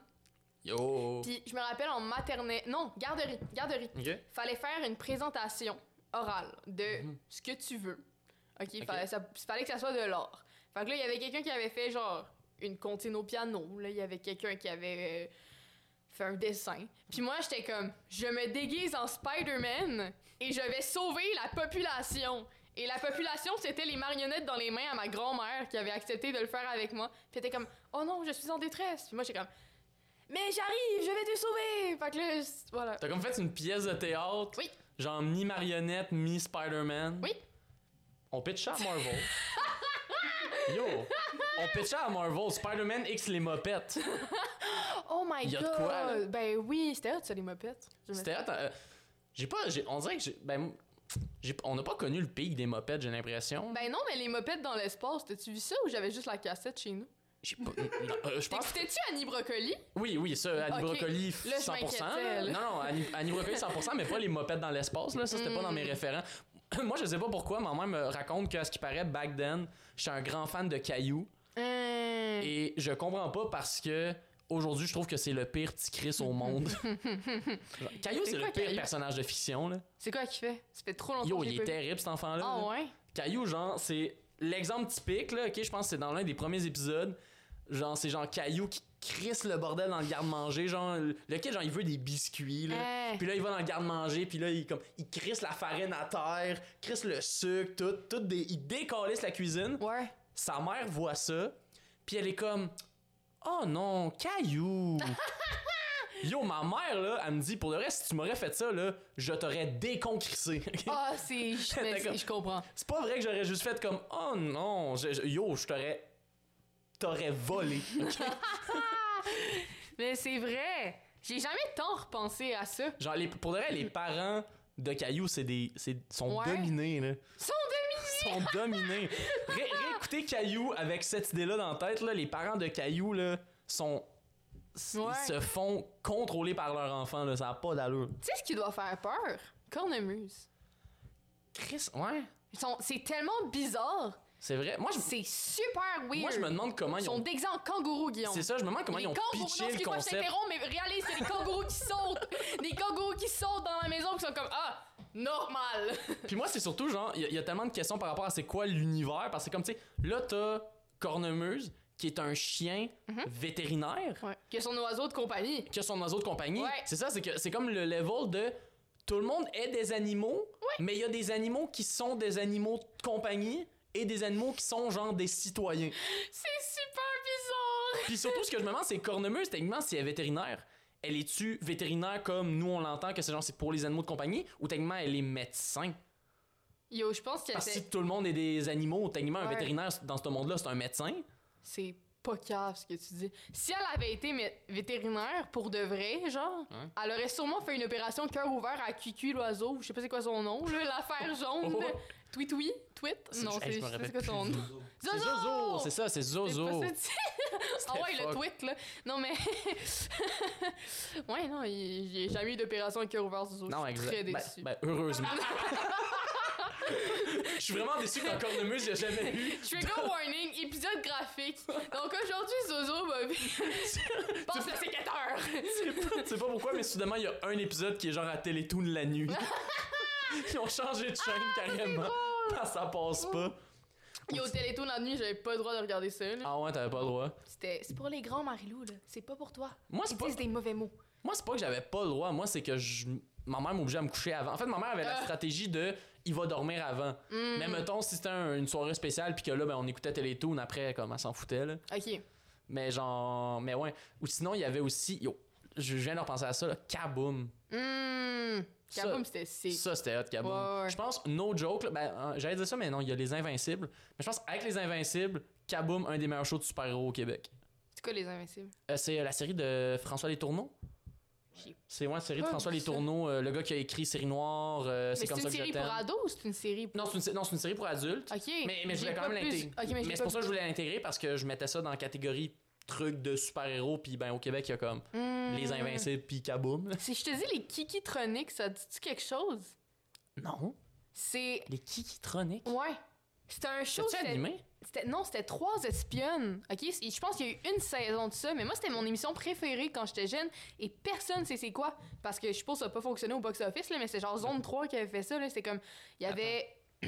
B: Yo!
A: Puis je me rappelle en maternelle. Non, garderie. Garderie.
B: Ok?
A: Fallait faire une présentation orale de
B: Mhm.
A: ce que tu veux. OK?
B: Ok.
A: Fallait, ça- fallait que ça soit de l'or. Fait que là, il y avait quelqu'un qui avait fait genre une contine au piano. Là, il y avait quelqu'un qui avait euh, fait un dessin. Puis moi, j'étais comme, je me déguise en Spider-Man et je vais sauver la population. Et la population, c'était les marionnettes dans les mains à ma grand-mère qui avait accepté de le faire avec moi. Puis elle était comme, oh non, je suis en détresse. Puis moi, j'étais comme, mais j'arrive, je vais te sauver. Fait que là, c'est- voilà.
B: T'as comme fait une pièce de théâtre?
A: Oui.
B: Genre mi-marionnette, mi-Spider-Man?
A: Oui.
B: On pitchait à Marvel. Yo! On pitchait à Marvel, Spider-Man X les mopettes.
A: Oh my
B: Y a de
A: god!
B: quoi, là?
A: ben oui, c'était hot, ça, les mopettes. Je me-
B: C'était. attends, euh, j'ai pas. j'ai- on dirait que. j'ai- Ben. j'ai- on n'a pas connu le pic des mopettes, j'ai l'impression.
A: Ben non, mais les mopettes dans l'espace, t'as-tu vu ça ou j'avais juste la cassette chez nous?
B: J'ai pas- non, euh, je pense.
A: T'écoutais-tu Annie Brocoli?
B: Oui, oui, ça, Annie
A: Ok.
B: Brocoli,
A: Là, je
B: 100%.
A: m'inquiétais, là.
B: Non, non, Annie, Annie Brocoli, 100%, mais pas les mopettes dans l'espace, là. Ça, c'était pas dans mes
A: Mm.
B: référents. Moi, je sais pas pourquoi, ma mère me raconte qu'à ce qui paraît, back then, j'étais un grand fan de Caillou.
A: Mm. Euh,
B: Et je comprends pas parce que. Aujourd'hui, je trouve que c'est le pire petit Chris au monde. Genre, Caillou,
A: C'est
B: c'est le
A: quoi,
B: pire
A: Caillou?
B: personnage de fiction. Là.
A: C'est quoi qu'il fait? Ça fait trop longtemps
B: Yo,
A: que
B: il
A: j'ai
B: est
A: pas vu.
B: terrible cet enfant-là.
A: Ah
B: là.
A: ouais?
B: Caillou, genre, c'est l'exemple typique, là, ok? Je pense que c'est dans l'un des premiers épisodes. Genre, c'est genre Caillou qui crisse le bordel dans le garde-manger. Genre, le le kid, genre, il veut des biscuits, là.
A: Hein.
B: Puis là, il va dans le garde-manger, puis là, il, comme, il crisse la farine à terre, crisse le sucre, tout, tout des, il décalisse la cuisine.
A: Ouais.
B: Sa mère voit ça, puis elle est comme Oh non, caillou! Yo, ma mère, là, elle me dit Pour le reste, si tu m'aurais fait ça, là, je t'aurais déconcrissé.
A: Ah, c'est. je- mais
B: D'accord.
A: c'est- Je comprends.
B: C'est pas vrai que j'aurais juste fait comme Oh non, je- je- yo, je t'aurais. T'aurais volé.
A: Mais c'est vrai! J'ai jamais tant repensé à ça.
B: Genre, les, pour de vrai, les parents de Caillou, c'est des. c'est- sont
A: Ouais.
B: dominés, là.
A: Sont
B: Sont dominés! Ré- réécoutez Caillou avec cette idée-là dans la tête, là. Les parents de Caillou, là, sont. s-
A: Ouais.
B: Ils se font contrôler par leur enfant, là. Ça a pas d'allure.
A: Tu sais ce qui doit faire peur? Cornemuse.
B: Chris, ouais.
A: Ils sont- C'est tellement bizarre.
B: C'est vrai. Moi, je,
A: C'est super weird.
B: moi, je me demande comment
A: Ils
B: ils
A: sont
B: ont.
A: déguisés en kangourous, Guillaume.
B: C'est ça, je me demande comment
A: Des
B: ils ont
A: kangourous,
B: pitché
A: non,
B: le
A: excuse-moi, je
B: concept.
A: t'interromps, mais réalise, c'est des kangourous qui sautent. Des kangourous qui sautent dans la maison, qui sont comme ah normal.
B: Puis moi, c'est surtout genre, il y a- il y, a tellement de questions par rapport à c'est quoi l'univers, parce que comme tu sais, là t'as Cornemuse qui est un chien vétérinaire
A: Que son oiseau de compagnie.
B: qui a son oiseau de compagnie.
A: Ouais.
B: C'est ça, c'est que c'est comme le level de tout le monde est des animaux, mais il y a des animaux qui sont des animaux de compagnie et des animaux qui sont genre des citoyens.
A: C'est super bizarre.
B: Puis surtout, ce que je me demande, c'est Cornemuse, techniquement, si elle est vétérinaire, elle est-tu vétérinaire comme nous on l'entend, que c'est genre c'est pour les animaux de compagnie, ou techniquement elle est médecin?
A: Yo, je pense qu'elle
B: Parce que Ah, si
A: fait.
B: tout le monde est des animaux, techniquement, un
A: Ouais.
B: vétérinaire dans ce monde-là, c'est un médecin.
A: C'est pas cave ce que tu dis. Si elle avait été mé- vétérinaire pour de vrai, genre,
B: Hein?
A: elle aurait sûrement fait une opération cœur ouvert à Cucu l'oiseau, je sais pas c'est quoi son nom, là, l'affaire jaune.
B: Oh.
A: là. Tweet tweet tweet.
B: C'est-
A: Non,
B: hey,
A: c'est
B: je
A: je
B: me
A: sais pas
B: rappelle
A: c'est quoi son nom.
B: C'est Zozo! C'est ça, c'est
A: C'est
B: Zozo.
A: pas ça, tu- Ah ouais, le tweet, là. Non, mais. ouais, non, il n'y a jamais eu d'opération à cœur ouvert sur Zozo.
B: Non,
A: Je suis
B: exact.
A: très
B: Ben-
A: déçu.
B: ben, heureusement. Je suis vraiment déçu qu'en cornemuse, il n'y a jamais eu.
A: Trigger warning, épisode graphique. Donc aujourd'hui, Zozo va Pense le sécateur.
B: C'est pas, tu sais pas pourquoi, mais soudainement, il y a un épisode qui est genre à Télétoon la nuit. Ils ont changé de chaîne carrément. Ah, ça passe pas.
A: Et au télétoon la nuit, j'avais pas le droit de regarder ça. là.
B: Ah ouais, t'avais pas le droit.
A: C'était. C'est pour les grands, Marilou, là. C'est pas pour toi.
B: Moi, c'est pas.
A: des mauvais mots.
B: Moi, c'est pas que j'avais pas le droit. Moi, c'est que je... ma mère m'obligeait à me coucher avant. En fait, ma mère
A: Ah.
B: avait la stratégie de il va dormir avant.
A: Mm.
B: Mais mettons, si c'était un- une soirée spéciale, puis que là, ben, on écoutait Télétoon après, comme elle s'en foutait. Là.
A: Ok.
B: Mais genre, mais ouais. Ou sinon, il y avait aussi. Yo, je viens de repenser à ça, le Kaboom.
A: Hum.
B: Ça-
A: Kaboom, c'était sick.
B: Ça, c'était hot, Kaboom.
A: Ouais, ouais.
B: Je pense, no joke, là, ben, euh, j'allais dire ça, mais non, il y a les Invincibles. Mais je pense, avec les Invincibles, Kaboom, un des meilleurs shows de super-héros au Québec.
A: C'est quoi les invincibles?
B: Euh, c'est euh, la série de François Les Tourneaux.
A: J'ai
B: C'est moi, la série de
A: pas
B: François
A: vu
B: Les
A: ça.
B: Tourneaux, euh, le gars qui a écrit Série Noire, euh,
A: Mais
B: c'est comme
A: une
B: ça que je
A: série pour
B: t'aime.
A: ados ou c'est une série pour.
B: Non, c'est une, sé- non, c'est une série pour adultes.
A: Ok.
B: Mais, mais je
A: J'ai
B: voulais
A: pas
B: quand même
A: plus-
B: l'intégrer.
A: Ok, mais,
B: mais c'est pour ça que je voulais l'intégrer parce que je mettais ça dans la catégorie truc de super-héros, puis ben au Québec, il y a comme
A: Mm. Hmm.
B: les Invincibles, puis Kaboom.
A: Si je te dis les Kikitronics, ça te dit quelque chose?
B: Non,
A: C'est.
B: les Kikitronics.
A: Ouais. C'était un show.
B: C'est-tu
A: c'était-
B: animé?
A: c'était- Non, c'était trois espionnes. OK? C- Je pense qu'il y a eu une saison de ça, mais moi, c'était mon émission préférée quand j'étais jeune et personne sait c'est quoi. Parce que je suppose que ça n'a pas fonctionné au box-office, là, mais c'est genre Zone 3 qui avait fait ça. là. C'était comme. Il y avait.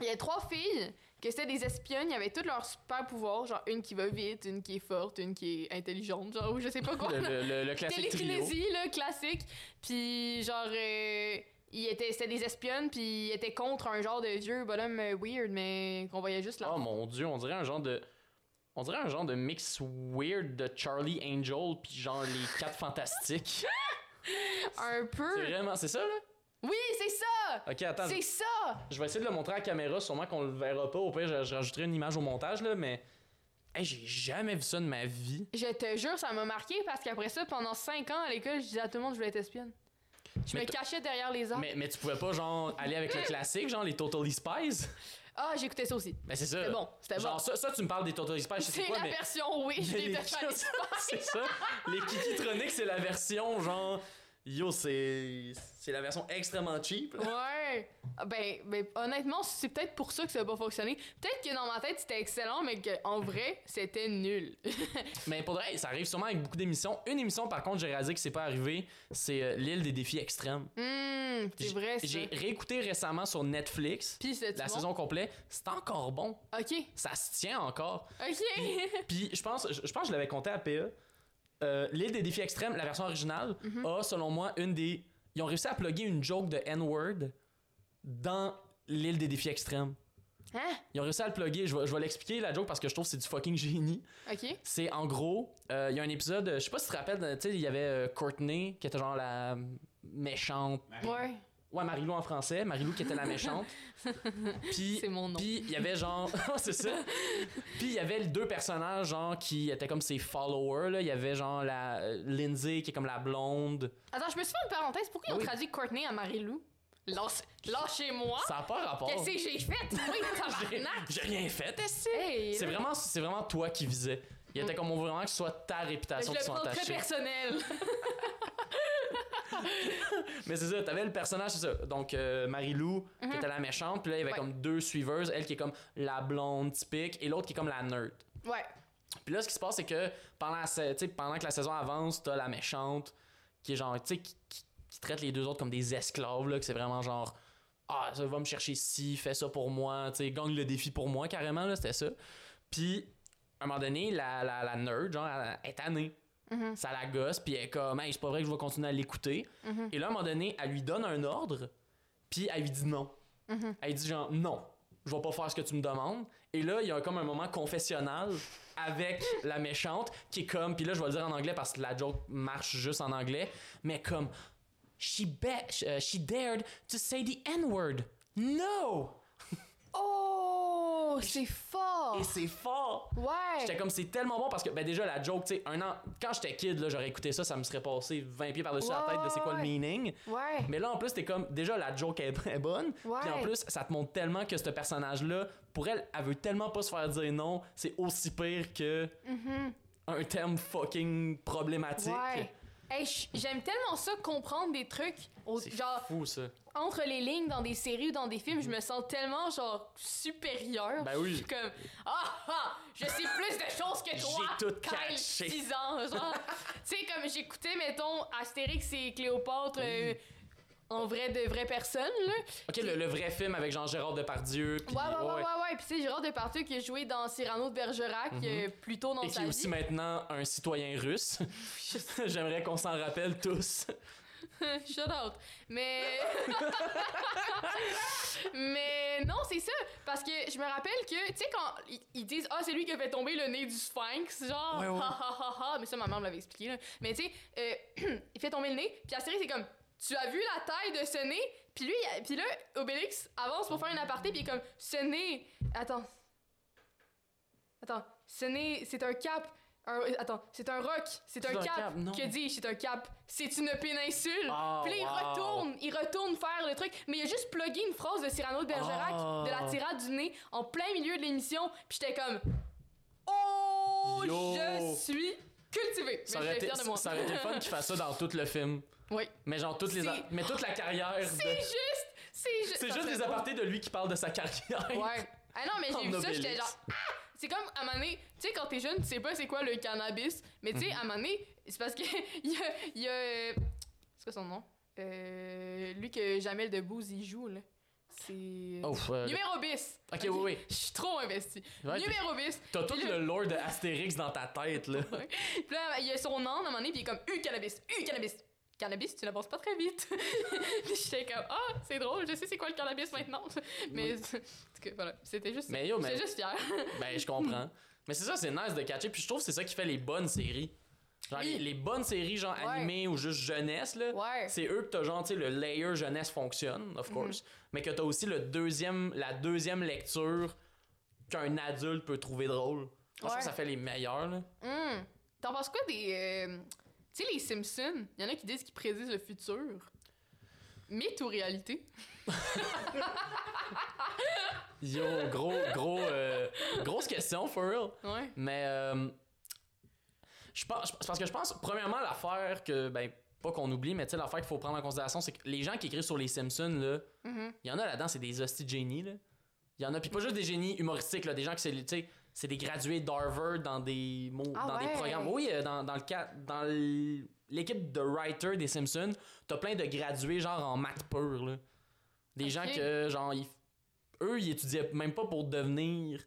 A: Il y avait trois filles que c'était des espionnes, il y avait tous leurs super pouvoirs, genre une qui va vite, une qui est forte, une qui est intelligente, genre ou je sais pas quoi.
B: Le, le- le- le classique trio.
A: Télékinésie, là, classique. Puis genre, euh, il était, c'était des espionnes, puis il était contre un genre de vieux bonhomme euh, weird, mais qu'on voyait juste là.
B: Oh mon dieu, on dirait un genre de. On dirait un genre de mix weird de Charlie Angel puis genre les quatre fantastiques.
A: un
B: C'est
A: peu.
B: vraiment, c'est ça là
A: Oui, c'est ça!
B: Ok, attends,
A: C'est ça!
B: je vais essayer de le montrer à la caméra, sûrement qu'on le verra pas. Au pire, je, je rajouterai une image au montage là, mais Hey, j'ai jamais vu ça de ma vie.
A: Je te jure, ça m'a marqué parce qu'après ça, pendant 5 ans à l'école, je disais à tout le monde que je voulais être espionne. Je
B: Mais
A: me
B: t-
A: cachais derrière les arbres.
B: Mais, mais tu pouvais pas genre aller avec le classique, genre les Totally Spies.
A: Ah, j'écoutais ça aussi.
B: Mais c'est ça.
A: C'était bon, c'était
B: Euh, Genre
A: bon.
B: ça, ça, tu me parles des Totally Spies, je sais
A: C'est
B: quoi,
A: la
B: mais.
A: version oui, je
B: Mais
A: l'ai
B: les
A: de faire.
B: Kids- c'est ça. Les Kikitronics, c'est la version genre. Yo, c'est. C'est la version extrêmement cheap. là.
A: Ouais. Ah, Ben, ben, honnêtement, c'est peut-être pour ça que ça n'a pas fonctionné. Peut-être que dans ma tête, c'était excellent, mais qu'en vrai, c'était nul.
B: Mais pour de vrai, ça arrive sûrement avec beaucoup d'émissions. Une émission, par contre, j'ai réalisé que c'est pas arrivé, c'est euh, l'île des défis extrêmes.
A: Hum, c'est
B: J-
A: vrai, ça.
B: J'ai réécouté récemment sur Netflix
A: Puis c'est
B: la saison complète. C'est encore bon.
A: OK,
B: Ça se tient encore.
A: OK.
B: Puis je pense, je, je pense que je l'avais compté à PE. Euh, l'île des défis extrêmes, la version originale, a, selon moi, une des. Ils ont réussi à plugger une joke de N-word dans l'île des défis extrêmes.
A: Hein?
B: Ils ont réussi à le plugger. Je vais, je vais l'expliquer, la joke, parce que je trouve que c'est du fucking génie.
A: OK.
B: C'est en gros, euh, il y a un épisode, euh, je sais pas si tu te rappelles, euh, tu sais, il y avait euh, Courtney qui était genre la méchante.
A: Ouais,
B: Ouais, Marilou en français, Marilou qui était la méchante. Puis
A: c'est mon nom.
B: puis il y avait genre Ah, c'est ça. Puis il y avait les deux personnages genre qui étaient comme ses followers là, il y avait genre la euh, Lindsay qui est comme la blonde.
A: Attends, je me suis fait une parenthèse. Pourquoi ils ont
B: Oui.
A: traduit Courtney à Marie-Lou? Lâche- Lâchez-moi!
B: Ça a pas rapport.
A: Qu'est-ce Ah! que j'ai fait? Oui, tabarnak!
B: J'ai rien fait. esti.
A: Hey,
B: C'est
A: là,
B: vraiment c'est vraiment toi qui visais. Il était comme on veut vraiment que ce soit ta
A: Je
B: réputation qui
A: le
B: soit
A: prends très
B: entachée.
A: personnel.
B: Mais c'est ça, t'avais le personnage, c'est ça. Donc, euh, Marie-Lou,
A: Mhm.
B: qui était la méchante, puis là, il y avait
A: Ouais.
B: comme deux suiveuses, elle qui est comme la blonde typique et l'autre qui est comme la nerd.
A: Ouais.
B: Puis là, ce qui se passe, c'est que pendant, la sa- tu sais, pendant que la saison avance, t'as la méchante qui est genre, tu sais, qui, qui- qui traite les deux autres comme des esclaves, là, que c'est vraiment genre, ah, ça va me chercher ci, fais ça pour moi, tu sais, gagne le défi pour moi, carrément, là, c'était ça. Puis, à un moment donné, la, la, la nerd, genre, elle- elle est tannée.
A: Mhm.
B: Ça la gosse, puis elle est comme, hey, c'est pas vrai que je vais continuer à l'écouter.
A: Mhm.
B: Et là, à un moment donné, elle lui donne un ordre, puis elle lui dit non.
A: Mhm.
B: Elle dit genre, non, je vais pas faire ce que tu me demandes. Et là, il y a comme un moment confessionnal avec la méchante qui est comme, puis là, je vais le dire en anglais parce que la joke marche juste en anglais, mais comme, she, ba- euh, she dared to say the N-word. No!
A: Oh, c'est fort!
B: Et c'est fort! J'étais
A: Ouais!
B: comme, c'est tellement bon parce que, ben déjà, la joke, tu sais, un an, quand j'étais kid, là, j'aurais écouté ça, ça me serait passé 20 pieds par-dessus la
A: Ouais,
B: tête de c'est quoi le
A: ouais.
B: meaning.
A: Ouais!
B: Mais là, en plus, t'es comme, déjà, la joke est est bonne.
A: Ouais.
B: Puis en plus, ça te montre tellement que ce personnage-là, pour elle, elle veut tellement pas se faire dire non, c'est aussi pire que
A: Mhm.
B: un terme fucking problématique.
A: Ouais. Hey, j- j'aime tellement ça comprendre des trucs au-
B: C'est
A: genre
B: fou, ça.
A: entre les lignes dans des séries ou dans des films, je me sens tellement genre supérieure.
B: Mhm. Ben oui.
A: Je suis comme ah ah, je sais plus de choses que toi.
B: J'ai tout
A: Kyle,
B: catché.
A: 10
B: Ben
A: ans, genre. tu sais comme j'écoutais mettons Astérix et Cléopâtre euh, en vrai de vraies personnes, là.
B: Ok, le, le vrai film avec Jean-Gérard Depardieu. puis-
A: ouais, ouais, ouais, ouais,
B: ouais.
A: ouais. Puis, tu sais, Gérard Depardieu qui a joué dans Cyrano de Bergerac
B: Mhm.
A: euh, plus tôt dans
B: Et qui
A: sa
B: est
A: vie.
B: aussi maintenant un citoyen russe. J'aimerais qu'on s'en rappelle tous.
A: Shut out. Mais. Mais non, c'est ça. Parce que je me rappelle que, tu sais, quand ils- ils disent Ah, c'est lui qui a fait tomber le nez du sphinx, genre,
B: Ouais, ouais.
A: ha ha ha ha. Mais ça, ma mère me l'avait expliqué, là. Mais tu sais, euh, il fait tomber le nez, puis Astérix, c'est comme Tu as vu la taille de ce nez Puis lui, il- puis là, Obélix avance pour faire un aparté, puis il est comme Ce nez. Attends. Attends. Ce nez, c'est un cap. Un- attends, c'est un roc, c'est un, cap.
B: non.
A: Que dis-je, c'est un cap. C'est une péninsule.
B: Ah,
A: Puis là, il
B: wow.
A: retourne, il retourne faire le truc, mais il a juste plugué une phrase de Cyrano de Bergerac
B: Ah.
A: de la tirade du nez en plein milieu de l'émission, puis j'étais comme Oh,
B: Yo.
A: je suis cultivé.
B: Ça
A: Mais
B: aurait,
A: j'étais
B: été,
A: fière de moi.
B: ça aurait été fun qu'il fasse ça dans tout le film.
A: Oui.
B: Mais genre toutes les
A: Si.
B: a- mais toute la carrière. de-
A: C'est juste, c'est juste.
B: C'est
A: ça
B: juste
A: serait
B: des
A: drôle.
B: apartés de lui qui parle de sa carrière.
A: Ouais. Ah non, mais
B: En
A: j'ai vu ça, j'étais
B: Obélix.
A: genre Ah! C'est comme à un moment donné, tu sais, quand t'es jeune, tu sais pas c'est quoi le cannabis, mais
B: Mhm.
A: tu sais, à un moment donné, c'est parce que il y a. il y a, euh, C'est quoi son nom Euh, Lui que Jamel Debbouze y joue, là. C'est.
B: Ouf, euh,
A: Numéro bis
B: Ok, oui, oui.
A: Je suis trop investi.
B: Ouais,
A: Numéro bis
B: T'as tout le lore de Astérix dans ta tête, là.
A: Puis là, il y a son âne à un moment donné, puis il est comme U cannabis, U cannabis. Cannabis, tu n'avances pas très vite. puis j'étais comme Ah, c'est drôle, je sais c'est quoi le cannabis maintenant. Mais. en tout cas, voilà, c'était juste.
B: Mais yo, mais-
A: J'étais juste fière.
B: Ben, je comprends. Mais c'est ça, c'est nice de catcher. Puis je trouve que c'est ça qui fait les bonnes séries. Genre,
A: Oui.
B: les, les bonnes séries, genre
A: Ouais.
B: animées ou juste jeunesse, là.
A: Ouais. Mhm.
B: C'est eux que t'as genre, tu sais, le layer jeunesse fonctionne, of course. Mais que t'as aussi le deuxième, la deuxième lecture qu'un adulte peut trouver drôle. Moi, Je trouve
A: Ouais.
B: que ça fait les meilleurs, là.
A: Hum. T'en penses quoi des. euh, tu sais, les Simpsons, il y en a qui disent qu'ils prédisent le futur. Mythe ou réalité?
B: Yo, gros, gros, euh, grosse question, for real.
A: Ouais.
B: Mais euh, je pense, je- c'est parce que je pense, premièrement, l'affaire que, ben, pas qu'on oublie, mais tu sais, l'affaire qu'il faut prendre en considération, c'est que les gens qui écrivent sur les Simpsons, là,
A: Mhm.
B: il y en a là-dedans, c'est des hosties de génies, là. Il y en a, puis pas juste des génies humoristiques, là, des gens qui, c'est, tu sais, c'est des gradués d'Harvard dans des mots,
A: Ah
B: dans des
A: ouais.
B: programmes. Oui, euh, dans, dans le cas, dans l- l'équipe de writers des Simpsons, t'as plein de gradués, genre, en maths pur, là. Des gens
A: Ok.
B: que, genre, ils- eux, ils étudiaient même pas pour devenir des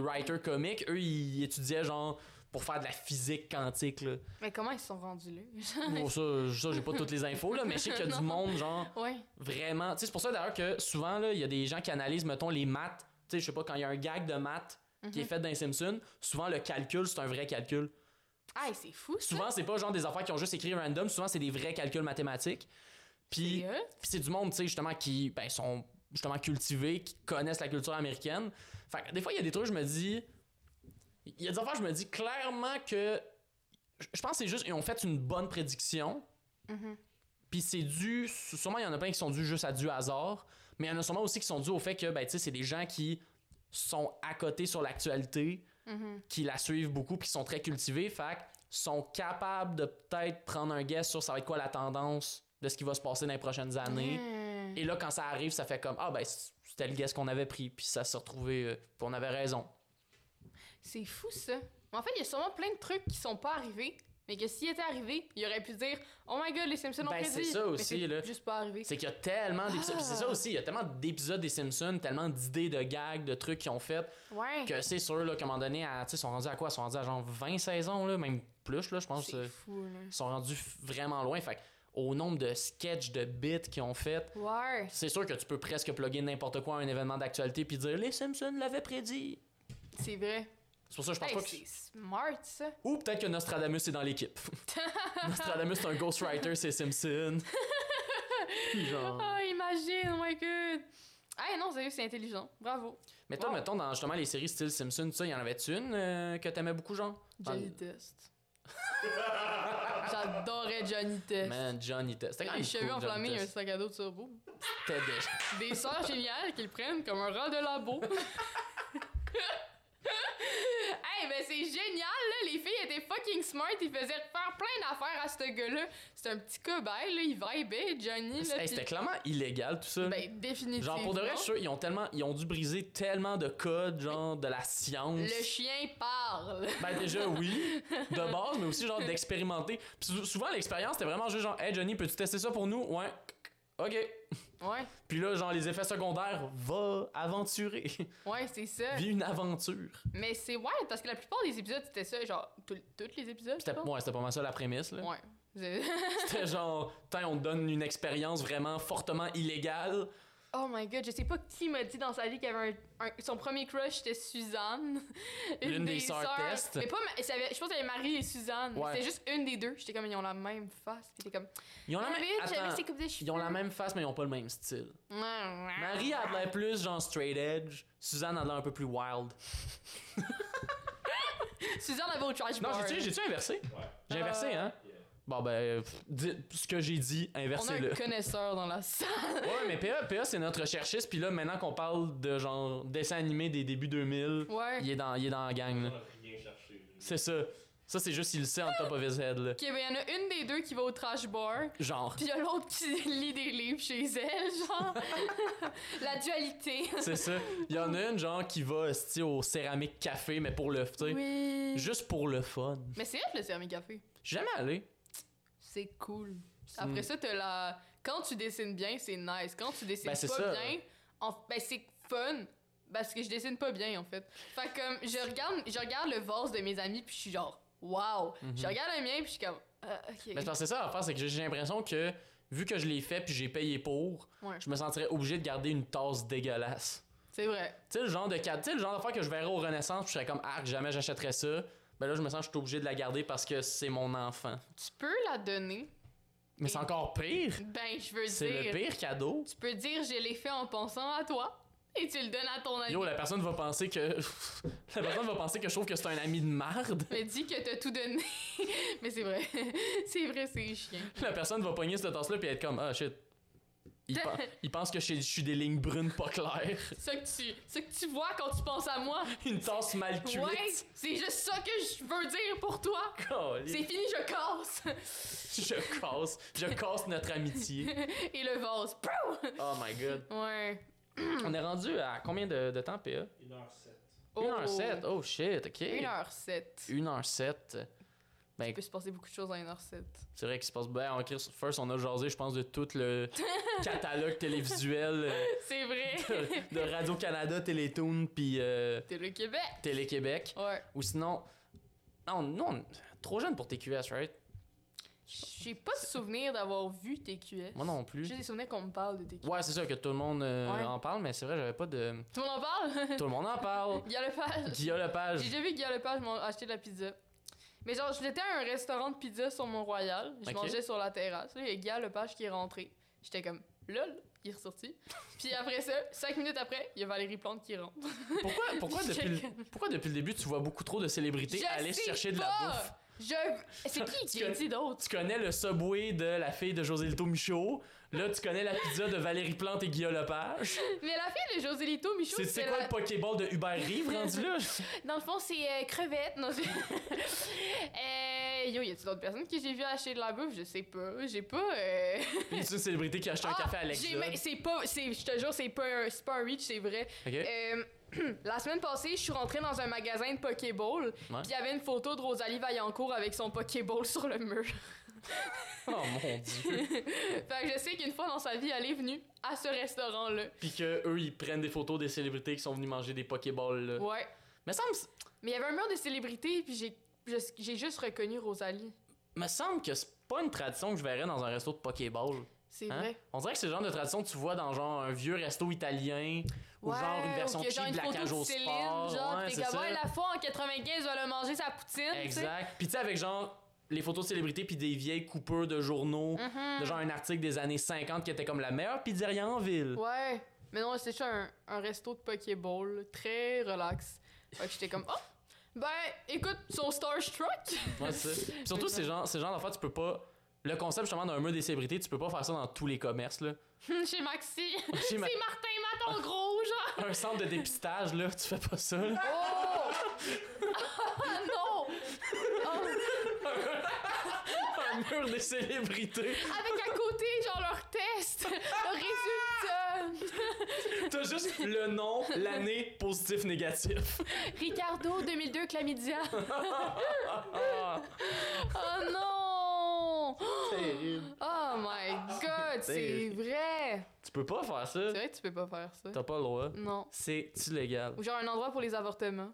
A: Ah.
B: writers comiques. Eux, ils étudiaient, genre, pour faire de la physique quantique, là.
A: Mais comment ils se sont rendus là?
B: Bon, ça, ça, j'ai pas toutes les infos, là, mais je sais qu'il y a du monde, genre,
A: ouais.
B: vraiment. Tu sais, c'est pour ça d'ailleurs que souvent, là, il y a des gens qui analysent, mettons, les maths. Tu sais, je sais pas, quand il y a un gag de maths
A: Mhm.
B: qui est fait dans les Simpsons, souvent le calcul, c'est un vrai calcul.
A: Ah, c'est fou, ça.
B: Souvent, c'est pas genre des affaires qui ont juste écrit random, souvent, c'est des vrais calculs mathématiques. Puis,
A: C'est euh, hot.
B: puis c'est du monde, tu sais, justement, qui ben, sont justement cultivés, qui connaissent la culture américaine. Fait que des fois, il y a des trucs, je me dis. Il y a des affaires, je me dis clairement que. je- Je pense que c'est juste. Ils ont fait une bonne prédiction.
A: Mhm.
B: Puis c'est dû. Sûrement, il y en a plein qui sont dus juste à du hasard. Mais il y en a sûrement aussi qui sont dus au fait que, ben, tu sais, c'est des gens qui sont à côté sur l'actualité,
A: Mhm.
B: qui la suivent beaucoup, puis qui sont très cultivés. Fait que sont capables de peut-être prendre un guess sur ça va être quoi la tendance de ce qui va se passer dans les prochaines années.
A: Hmm.
B: Et là, quand ça arrive, ça fait comme Ah, ben, c'était le guess qu'on avait pris, puis ça s'est retrouvé, euh, puis on avait raison.
A: C'est fou, ça. En fait, il y a sûrement plein de trucs qui sont pas arrivés, mais que s'ils étaient arrivés, il aurait pu dire Oh my god, les Simpsons ont
B: Ben,
A: prédit.
B: c'est ça
A: Mais
B: aussi,
A: c'est
B: là.
A: juste pas arrivé.
B: C'est qu'il y a tellement d'épisodes,
A: Ah.
B: puis c'est ça aussi, il y a tellement d'épisodes des Simpsons, tellement d'idées, de gags, de trucs qu'ils ont fait,
A: Ouais.
B: que c'est sûr, là, qu'à un moment donné, à- tu sais, ils sont rendus à quoi Ils sont rendus à genre 20 saisons, là, même plus, là, je pense.
A: C'est
B: euh,
A: fou, là.
B: Ils sont rendus f- vraiment loin. Fait que, au nombre de sketchs, de bits qu'ils ont fait,
A: Ouais.
B: c'est sûr que tu peux presque plugger n'importe quoi à un événement d'actualité, puis dire Les Simpsons l'avaient prédit.
A: C'est vrai.
B: C'est pour ça que je pense
A: Hey,
B: pas que.
A: c'est smart, ça.
B: Ou peut-être que Nostradamus est dans l'équipe. Nostradamus, c'est un ghostwriter, c'est Simpson. Puis genre-
A: Oh, imagine, oh my god. Ah non, sérieux, c'est intelligent. Bravo.
B: Mais toi,
A: Wow.
B: mettons, dans justement les séries style Simpson, tout ça, il y en avait-tu une euh, que t'aimais beaucoup, genre? Dans-
A: Johnny Test. J'adorais Johnny Test.
B: Man, Johnny Test. C'était quand
A: Euh, les
B: même
A: cheveux
B: cool, Johnny
A: enflammés et un
B: Test.
A: sac à dos de turbo.
B: C'était déjà-
A: Des sœurs géniales qu'ils prennent comme un rat de labo. hey, ben c'est génial, là. Les filles étaient fucking smart. Ils faisaient faire plein d'affaires à ce gars-là. C'était un petit cobaye, là. Il vibait, Johnny. Là,
B: Hey, C'était
A: puis-
B: clairement illégal, tout ça.
A: ben, définitivement.
B: genre, pour de vrai, je suis sûr, ils ont, tellement... ils ont dû briser tellement de codes, genre, de la science.
A: Ben, Le chien parle.
B: Ben déjà oui, de base, mais aussi genre d'expérimenter. Puis sou- souvent l'expérience c'était vraiment juste genre Hey Johnny, peux-tu tester ça pour nous? Ouais. OK.
A: Ouais,
B: Puis là, genre, les effets secondaires, va aventurer.
A: ouais, c'est ça.
B: Vis une aventure.
A: Mais c'est ouais, parce que la plupart des épisodes, c'était ça, genre, tout- tous les épisodes. je
B: C'était
A: pense.
B: ouais, c'était pas mal ça la prémisse. Là.
A: Oh. Ouais. C'est-
B: C'était genre, Tiens, on te donne une expérience vraiment fortement illégale.
A: Oh my god, je sais pas qui m'a dit dans sa vie qu'il y avait un, un- son premier crush c'était Suzanne.
B: L'une des sœurs test.
A: Mais pas ma- ça avait- je pense qu'il y avait Marie et Suzanne.
B: Ouais.
A: C'était juste une des deux. J'étais comme ils ont la même face. Puis j'étais comme
B: Ils ont la
A: Ah,
B: même.
A: bitch, j'avais
B: Attends,
A: ces coupes de cheveux.
B: ils ont la même face, mais ils ont pas le même style. Marie
A: Marie
B: a de l'air plus genre straight edge. Suzanne a de l'air un peu plus wild.
A: Suzanne avait au trash
B: Non,
A: bar.
B: j'ai-tu j'ai-tu inversé?
C: Ouais.
B: J'ai inversé,
A: Ah.
B: hein?
C: Yeah.
B: Bon, ben, pff, dites ce que j'ai dit,
A: On a un
B: inversez-le.
A: connaisseur dans la salle.
B: Ouais, mais PA, PA c'est notre recherchiste. Puis là, maintenant qu'on parle de genre dessin animé des débuts 2000,
A: Ouais.
B: il, est dans, il est dans la gang.
C: On
B: là.
C: a rien cherché.
B: C'est ça. Ça, c'est juste, il le sait en top of his head. Là.
A: Ok, ben il y en a une des deux qui va au trash bar.
B: Genre,
A: Puis il y a l'autre qui lit des livres chez elle, genre. la dualité.
B: c'est ça. Il y en a une, genre, qui va esti, au céramique café, mais pour le. tu sais,
A: Oui.
B: Juste pour le fun.
A: Mais c'est elle le céramique café.
B: J'ai Jamais allé.
A: C'est cool.
B: C'est
A: Après
B: une-
A: ça, t'as la. Quand tu dessines bien, c'est nice. Quand tu dessines
B: Ben,
A: pas
B: c'est ça.
A: bien, en- ben, c'est fun. Parce que je dessine pas bien, en fait. Fait que, comme, je regarde, je regarde le vase de mes amis, puis je suis genre, wow.
B: Mhm.
A: Je regarde le mien, puis je suis comme, euh, ok.
B: Mais c'est parce que c'est ça l'affaire, c'est que j'ai- j'ai l'impression que, vu que je l'ai fait puis j'ai payé pour,
A: Ouais.
B: je me sentirais obligé de garder une tasse dégueulasse.
A: C'est vrai.
B: Tu sais, le genre de cadre, tu sais, le genre d'affaire que je verrais au Renaissance puis je serais comme, ah, jamais j'achèterais ça. Ben là, je me sens que je suis obligé de la garder parce que c'est mon enfant.
A: Tu peux la donner.
B: Mais c'est encore pire.
A: Ben, je veux
B: C'est le
A: dire.
B: pire cadeau.
A: Tu peux dire, je l'ai fait en pensant à toi. Et tu le donnes à ton ami.
B: Yo, la personne va penser que. la personne va penser que je trouve que c'est un ami de marde.
A: Mais dis que t'as tout donné. Mais c'est vrai. c'est vrai, c'est chiant.
B: La personne va pogner cette tasse-là puis être comme, ah shit. Il, pen- il pense que je je suis des lignes brunes pas claires.
A: Ça que tu, ça que tu vois quand tu penses à moi.
B: Une tasse mal cuite.
A: Ouais, c'est juste ça que je veux dire pour toi. C'est
B: Colin.
A: fini, je casse.
B: Je casse. Je casse notre amitié.
A: Et le vase. Prou!
B: Oh my god.
A: Ouais.
B: On est rendu à combien de, de temps, PA
C: 1h07.
A: Oh.
B: 1h07. Oh shit, ok.
A: 1h07.
B: 1h07.
A: Il peut se passer beaucoup de choses à 1h07.
B: C'est vrai qu'il se passe. Ben, on, first, on a jasé, je pense, de tout le catalogue télévisuel. euh,
A: C'est vrai.
B: de Radio-Canada, Télétoon, puis euh,
A: T'es le Québec.
B: Télé-Québec.
A: Ouais.
B: Ou sinon... Non, non, on- trop jeune pour TQS, right?
A: J'ai pas de souvenir d'avoir vu TQS.
B: Moi non plus.
A: J'ai des souvenirs qu'on me parle de TQS.
B: Ouais, c'est sûr que tout le monde euh,
A: Ouais.
B: en parle, mais c'est vrai, j'avais pas de...
A: Tout le monde en parle?
B: Tout le monde en parle!
A: Guy Lepage.
B: Guilla
A: J'ai
B: Lepage.
A: déjà vu Guy Lepage m'ont acheté de la pizza. Mais genre, j'étais à un restaurant de pizza sur Mont-Royal. Je
B: Ok.
A: mangeais sur la terrasse. Là, il y a Guy Lepage qui est rentré. J'étais comme, lol, il est ressorti. Puis après ça, cinq minutes après, il y a Valérie Plante qui rentre.
B: Pourquoi, pourquoi, depuis le, pourquoi depuis le début, tu vois beaucoup trop de célébrités
A: Je
B: aller
A: sais
B: chercher de la
A: pas!
B: bouffe?
A: Je... C'est qui qui a dit d'autre?
B: Tu connais le Subway de la fille de José Lito Michaud. Là, tu connais la pizza de Valérie Plante et Guilla Lepage.
A: Mais la fille de José Lito, Michaud,
B: C'est- C'est
A: c'était
B: quoi
A: la-
B: le Pokéball de Hubert Reeves rendu là?
A: Dans le fond, c'est euh, crevette. Non, c'est- Euh, yo, y a-tu d'autres personnes que j'ai vu acheter de la bouffe? Je sais pas. J'ai pas... euh,
B: Il y a une célébrité qui a acheté un
A: Ah,
B: café à Alex
A: j'ai
B: Jones.
A: même- C'est pas, c'est, je te jure, c'est pas, un- c'est pas un reach, c'est vrai.
B: Ok.
A: Euh, la semaine passée, je suis rentrée dans un magasin de Pokéball, puis il y avait une photo de Rosalie Vaillancourt avec son Pokéball sur le mur.
B: Oh mon dieu.
A: fait que je sais qu'une fois dans sa vie, elle est venue à ce restaurant-là.
B: Puis que eux ils prennent des photos des célébrités qui sont venues manger des Pokéballs là.
A: Ouais.
B: Mais semble
A: Mais il y avait un mur de célébrités, puis j'ai, je- j'ai juste reconnu Rosalie.
B: me semble que c'est pas une tradition que je verrais dans un resto de Pokéball.
A: C'est
B: hein?
A: vrai.
B: On dirait que c'est le genre de tradition que tu vois dans genre un vieux resto italien ou
A: Ouais,
B: genre une version
A: ou qu'il y a genre
B: cheap de la
A: photo
B: cage
A: de
B: au
A: Céline,
B: sport.
A: Genre,
B: Ouais,
A: pis t'es
B: c'est
A: comme,
B: ça.
A: Ouais, la fois en 95, elle a mangé sa poutine. tu sais.
B: Exact. Puis tu sais avec genre les photos de célébrités puis des vieilles coupeurs de journaux
A: Mhm.
B: de genre un article des années 50 qui était comme la meilleure pizzeria en ville.
A: Ouais. Mais non, c'était juste un, un resto de Pokéball, là, très relax. Fait que j'étais comme, oh, ben, écoute, son Starstruck.
B: Ouais, c'est ça. Puis Surtout, ces genre, ces genre d'affaires, tu peux pas. Le concept justement d'un mur des célébrités, tu peux pas faire ça dans tous les commerces. Là.
A: Chez Maxi.
B: Chez ma-
A: C'est Martin Maton Gros, genre.
B: un centre de dépistage, là, tu fais pas ça. là.
A: Oh! ah non! Oh,
B: un mur des célébrités.
A: Avec à côté, genre, leur test, le résultat.
B: T'as juste le nom, l'année, positif, négatif.
A: Ricardo, 2002, Chlamydia.
B: Ah.
A: Oh non! non!
B: Terrible.
A: Oh my god, c'est
B: Terrible.
A: vrai!
B: Tu peux pas faire
A: C'est
B: ça.
A: vrai que tu peux pas faire ça.
B: T'as pas le droit.
A: Non.
B: C'est illégal. Oh,
A: Ou genre un endroit pour les avortements.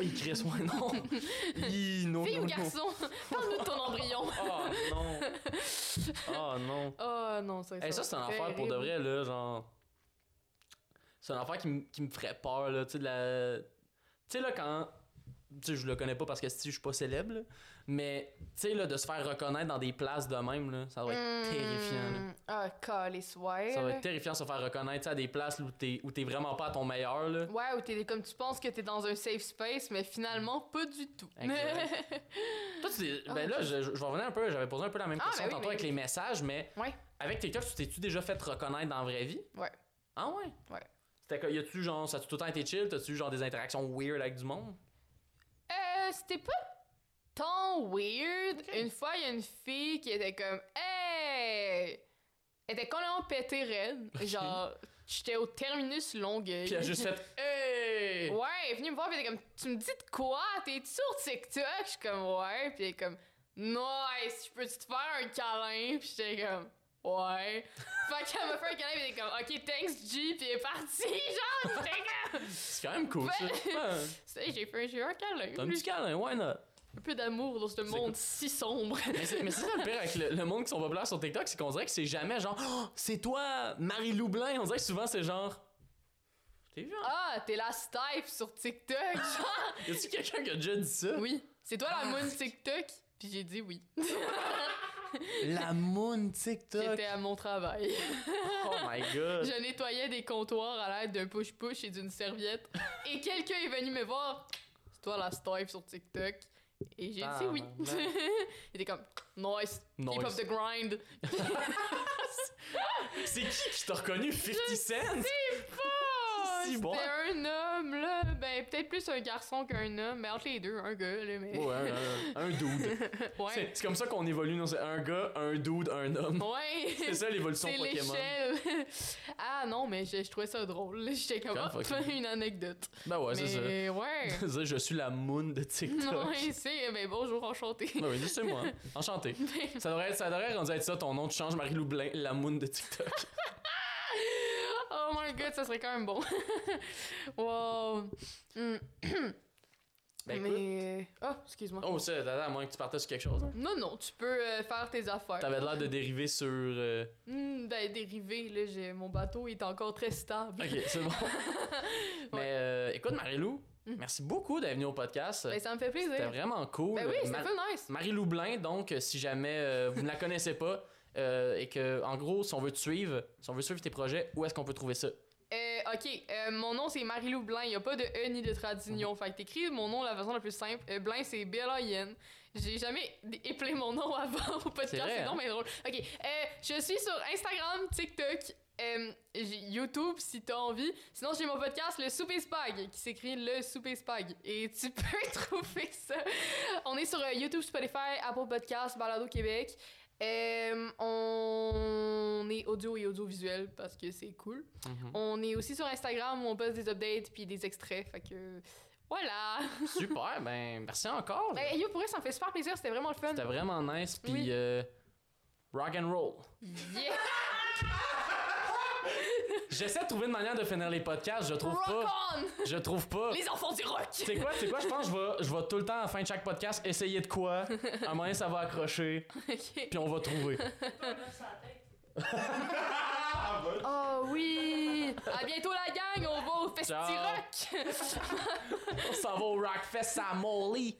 B: Il crie son nom. Il non.
A: Fille
B: non,
A: ou
B: non.
A: garçon, parle-nous de ton embryon.
B: Oh non. Oh non.
A: Oh non, ça,
B: Hey, ça, c'est une affaire pour de
A: terrible.
B: vrai, là, genre. C'est une affaire qui, me- qui me ferait peur, là, tu sais, de la. Tu sais, là, quand. Tu sais, je le connais pas parce que si je suis pas célèbre, là, mais tu sais, là, de se faire reconnaître dans des places de même, là, ça doit être
A: Hmm.
B: terrifiant, là.
A: Ah, calisse, ouais.
B: Ça doit
A: là.
B: être terrifiant de se faire reconnaître tu sais, à des places où t'es, où t'es vraiment pas à ton meilleur, là.
A: Ouais, ou t'es comme tu penses que t'es dans un safe space, mais finalement pas du tout.
B: Hmm. Exact. Toi, tu t'es- ben là, je, je vais revenir un peu, j'avais posé un peu la même
A: Ah,
B: question
A: ben oui,
B: tantôt
A: mais
B: avec
A: oui.
B: les messages, mais
A: Ouais.
B: avec TikTok, tu t'es-tu déjà fait reconnaître dans la vraie vie?
A: Ouais.
B: Ah ouais?
A: Ouais.
B: C'était que, y a-tu genre, ça a tout le temps été chill? T'as-tu eu genre des interactions weird avec du monde?
A: Euh, c'était pas tant weird. Une fois, il y a une fille qui était comme Hey! Elle était complètement pétée raide. Genre, j'étais au terminus Longueuil.
B: Puis elle a juste fait Hey!
A: Ouais, elle est venue me voir, puis elle était comme Tu me dis de quoi? T'es sur TikTok? Je suis comme Ouais, puis elle est comme Nice, je peux-tu te faire un câlin? Puis j'étais comme Ouais. fait qu'elle m'a fait un câlin, puis elle était comme Ok, thanks G, puis elle est partie. Genre, j'étais comme
B: C'est quand même cool
A: Ben.
B: ça! Ouais.
A: Tu sais, j'ai fait j'ai eu un câlin.
B: T'as un petit câlin, why not?
A: Un peu d'amour dans ce monde si sombre.
B: Mais c'est, mais c'est ça le pire avec le, le monde qui sont populaires sur TikTok, c'est qu'on dirait que c'est jamais genre Oh, c'est toi, Marie Loublin! On dirait que souvent c'est genre. T'es vu? hein?
A: Ah, t'es la Steph sur TikTok. genre.
B: Y a-tu quelqu'un qui a déjà dit ça?
A: Ah. oui. C'est
B: Ah.
A: toi la moon TikTok? Puis j'ai dit oui.
B: La moon TikTok!
A: J'étais à mon travail.
B: Oh my god!
A: Je nettoyais des comptoirs à l'aide d'un push-push et d'une serviette. Et quelqu'un est venu me voir. C'est toi la Steph sur TikTok? Et j'ai dit oui.
B: Tabarnak.
A: Il était comme, nice, keep up
B: Nice.
A: the grind.
B: C'est qui qui t'a reconnu 50 Cent?
A: Oh,
B: Si
A: c'était
B: Ah, bon.
A: un homme, là. Ben, peut-être plus un garçon qu'un homme, mais entre les deux, un gars, là. Mais...
B: Ouais, un, un- un dude.
A: ouais.
B: C'est, c'est comme ça qu'on évolue, non? C'est un gars, un dude, un homme.
A: Ouais.
B: C'est ça l'évolution
A: C'est
B: Pokémon.
A: l'échelle. ah non, mais je, je trouvais ça drôle. J'étais comme,
B: Quand
A: hop,
B: fucking-
A: une anecdote.
B: Ben ouais, c'est ça.
A: mais ouais.
B: Je veux dire, Je suis la moon de TikTok.
A: non, c'est, ben bonjour, enchanté.
B: Ben oui, c'est moi. Enchanté. Ça devrait, être, ça devrait rendu être ça, ton nom, tu changes Marie Loublin, la moon de TikTok.
A: oh my god, ça serait quand même bon. wow. Hmm,
B: Ben écoute.
A: mais. Oh, excuse-moi.
B: Oh, ça, attends, à moins que tu partais sur quelque chose. hein.
A: Non, non, tu peux euh, faire tes affaires.
B: T'avais l'air de dériver sur. euh,
A: Hmm, ben, dérivé, là, j'ai... mon bateau est encore très stable.
B: Ok, c'est bon. Mais euh, écoute, Marie-Lou, merci beaucoup d'être venue au podcast.
A: Mm. Ben, ça me fait plaisir.
B: C'était vraiment cool.
A: Ben oui, c'était
B: Ma-
A: full nice.
B: Marie Loublin, donc, euh, si jamais euh, vous ne la connaissez pas euh, et que, en gros, si on veut te suivre, si on veut suivre tes projets, où est-ce qu'on peut trouver ça?
A: Euh, ok, euh, mon nom c'est Marie-Lou Blain, il n'y a pas de E ni de Tradignon.
B: Mhm.
A: Fait que t'écris mon nom de la façon la plus simple. Euh, Blain c'est B-L-I-N. J'ai jamais d- éplé mon nom avant au podcast,
B: C'est vrai,
A: c'est
B: hein?
A: donc bien drôle. Ok, euh, je suis sur Instagram, TikTok, euh, j'ai YouTube si t'as envie. Sinon j'ai mon podcast Le Souper Spag qui s'écrit Le Souper Spag. Et tu peux trouver ça. On est sur euh, YouTube, Spotify, Apple Podcast, Balado Québec. Euh, on est audio et audiovisuel parce que c'est cool. On est aussi sur Instagram où on poste des updates puis des extraits. Fait que voilà.
B: Super, ben, merci encore.
A: Ben, yo, pour vrai, ça me fait super plaisir. C'était vraiment le fun.
B: C'était vraiment nice, puis
A: Oui.
B: euh, rock and roll.
A: Yeah.
B: J'essaie de trouver une manière de finir les podcasts, je trouve
A: Rock
B: pas.
A: on!
B: Je trouve pas.
A: Les enfants du rock!
B: C'est quoi, c'est quoi, je pense que je vais, je vais tout le temps à la fin de chaque podcast essayer de quoi. À un moment donné, ça va accrocher,
A: Ok.
B: puis on va trouver.
E: Ah, bah,
A: Oh oui! À bientôt la gang! On va au Festi
B: Ciao.
A: Rock!
B: On s'en va au Rockfest à Molly.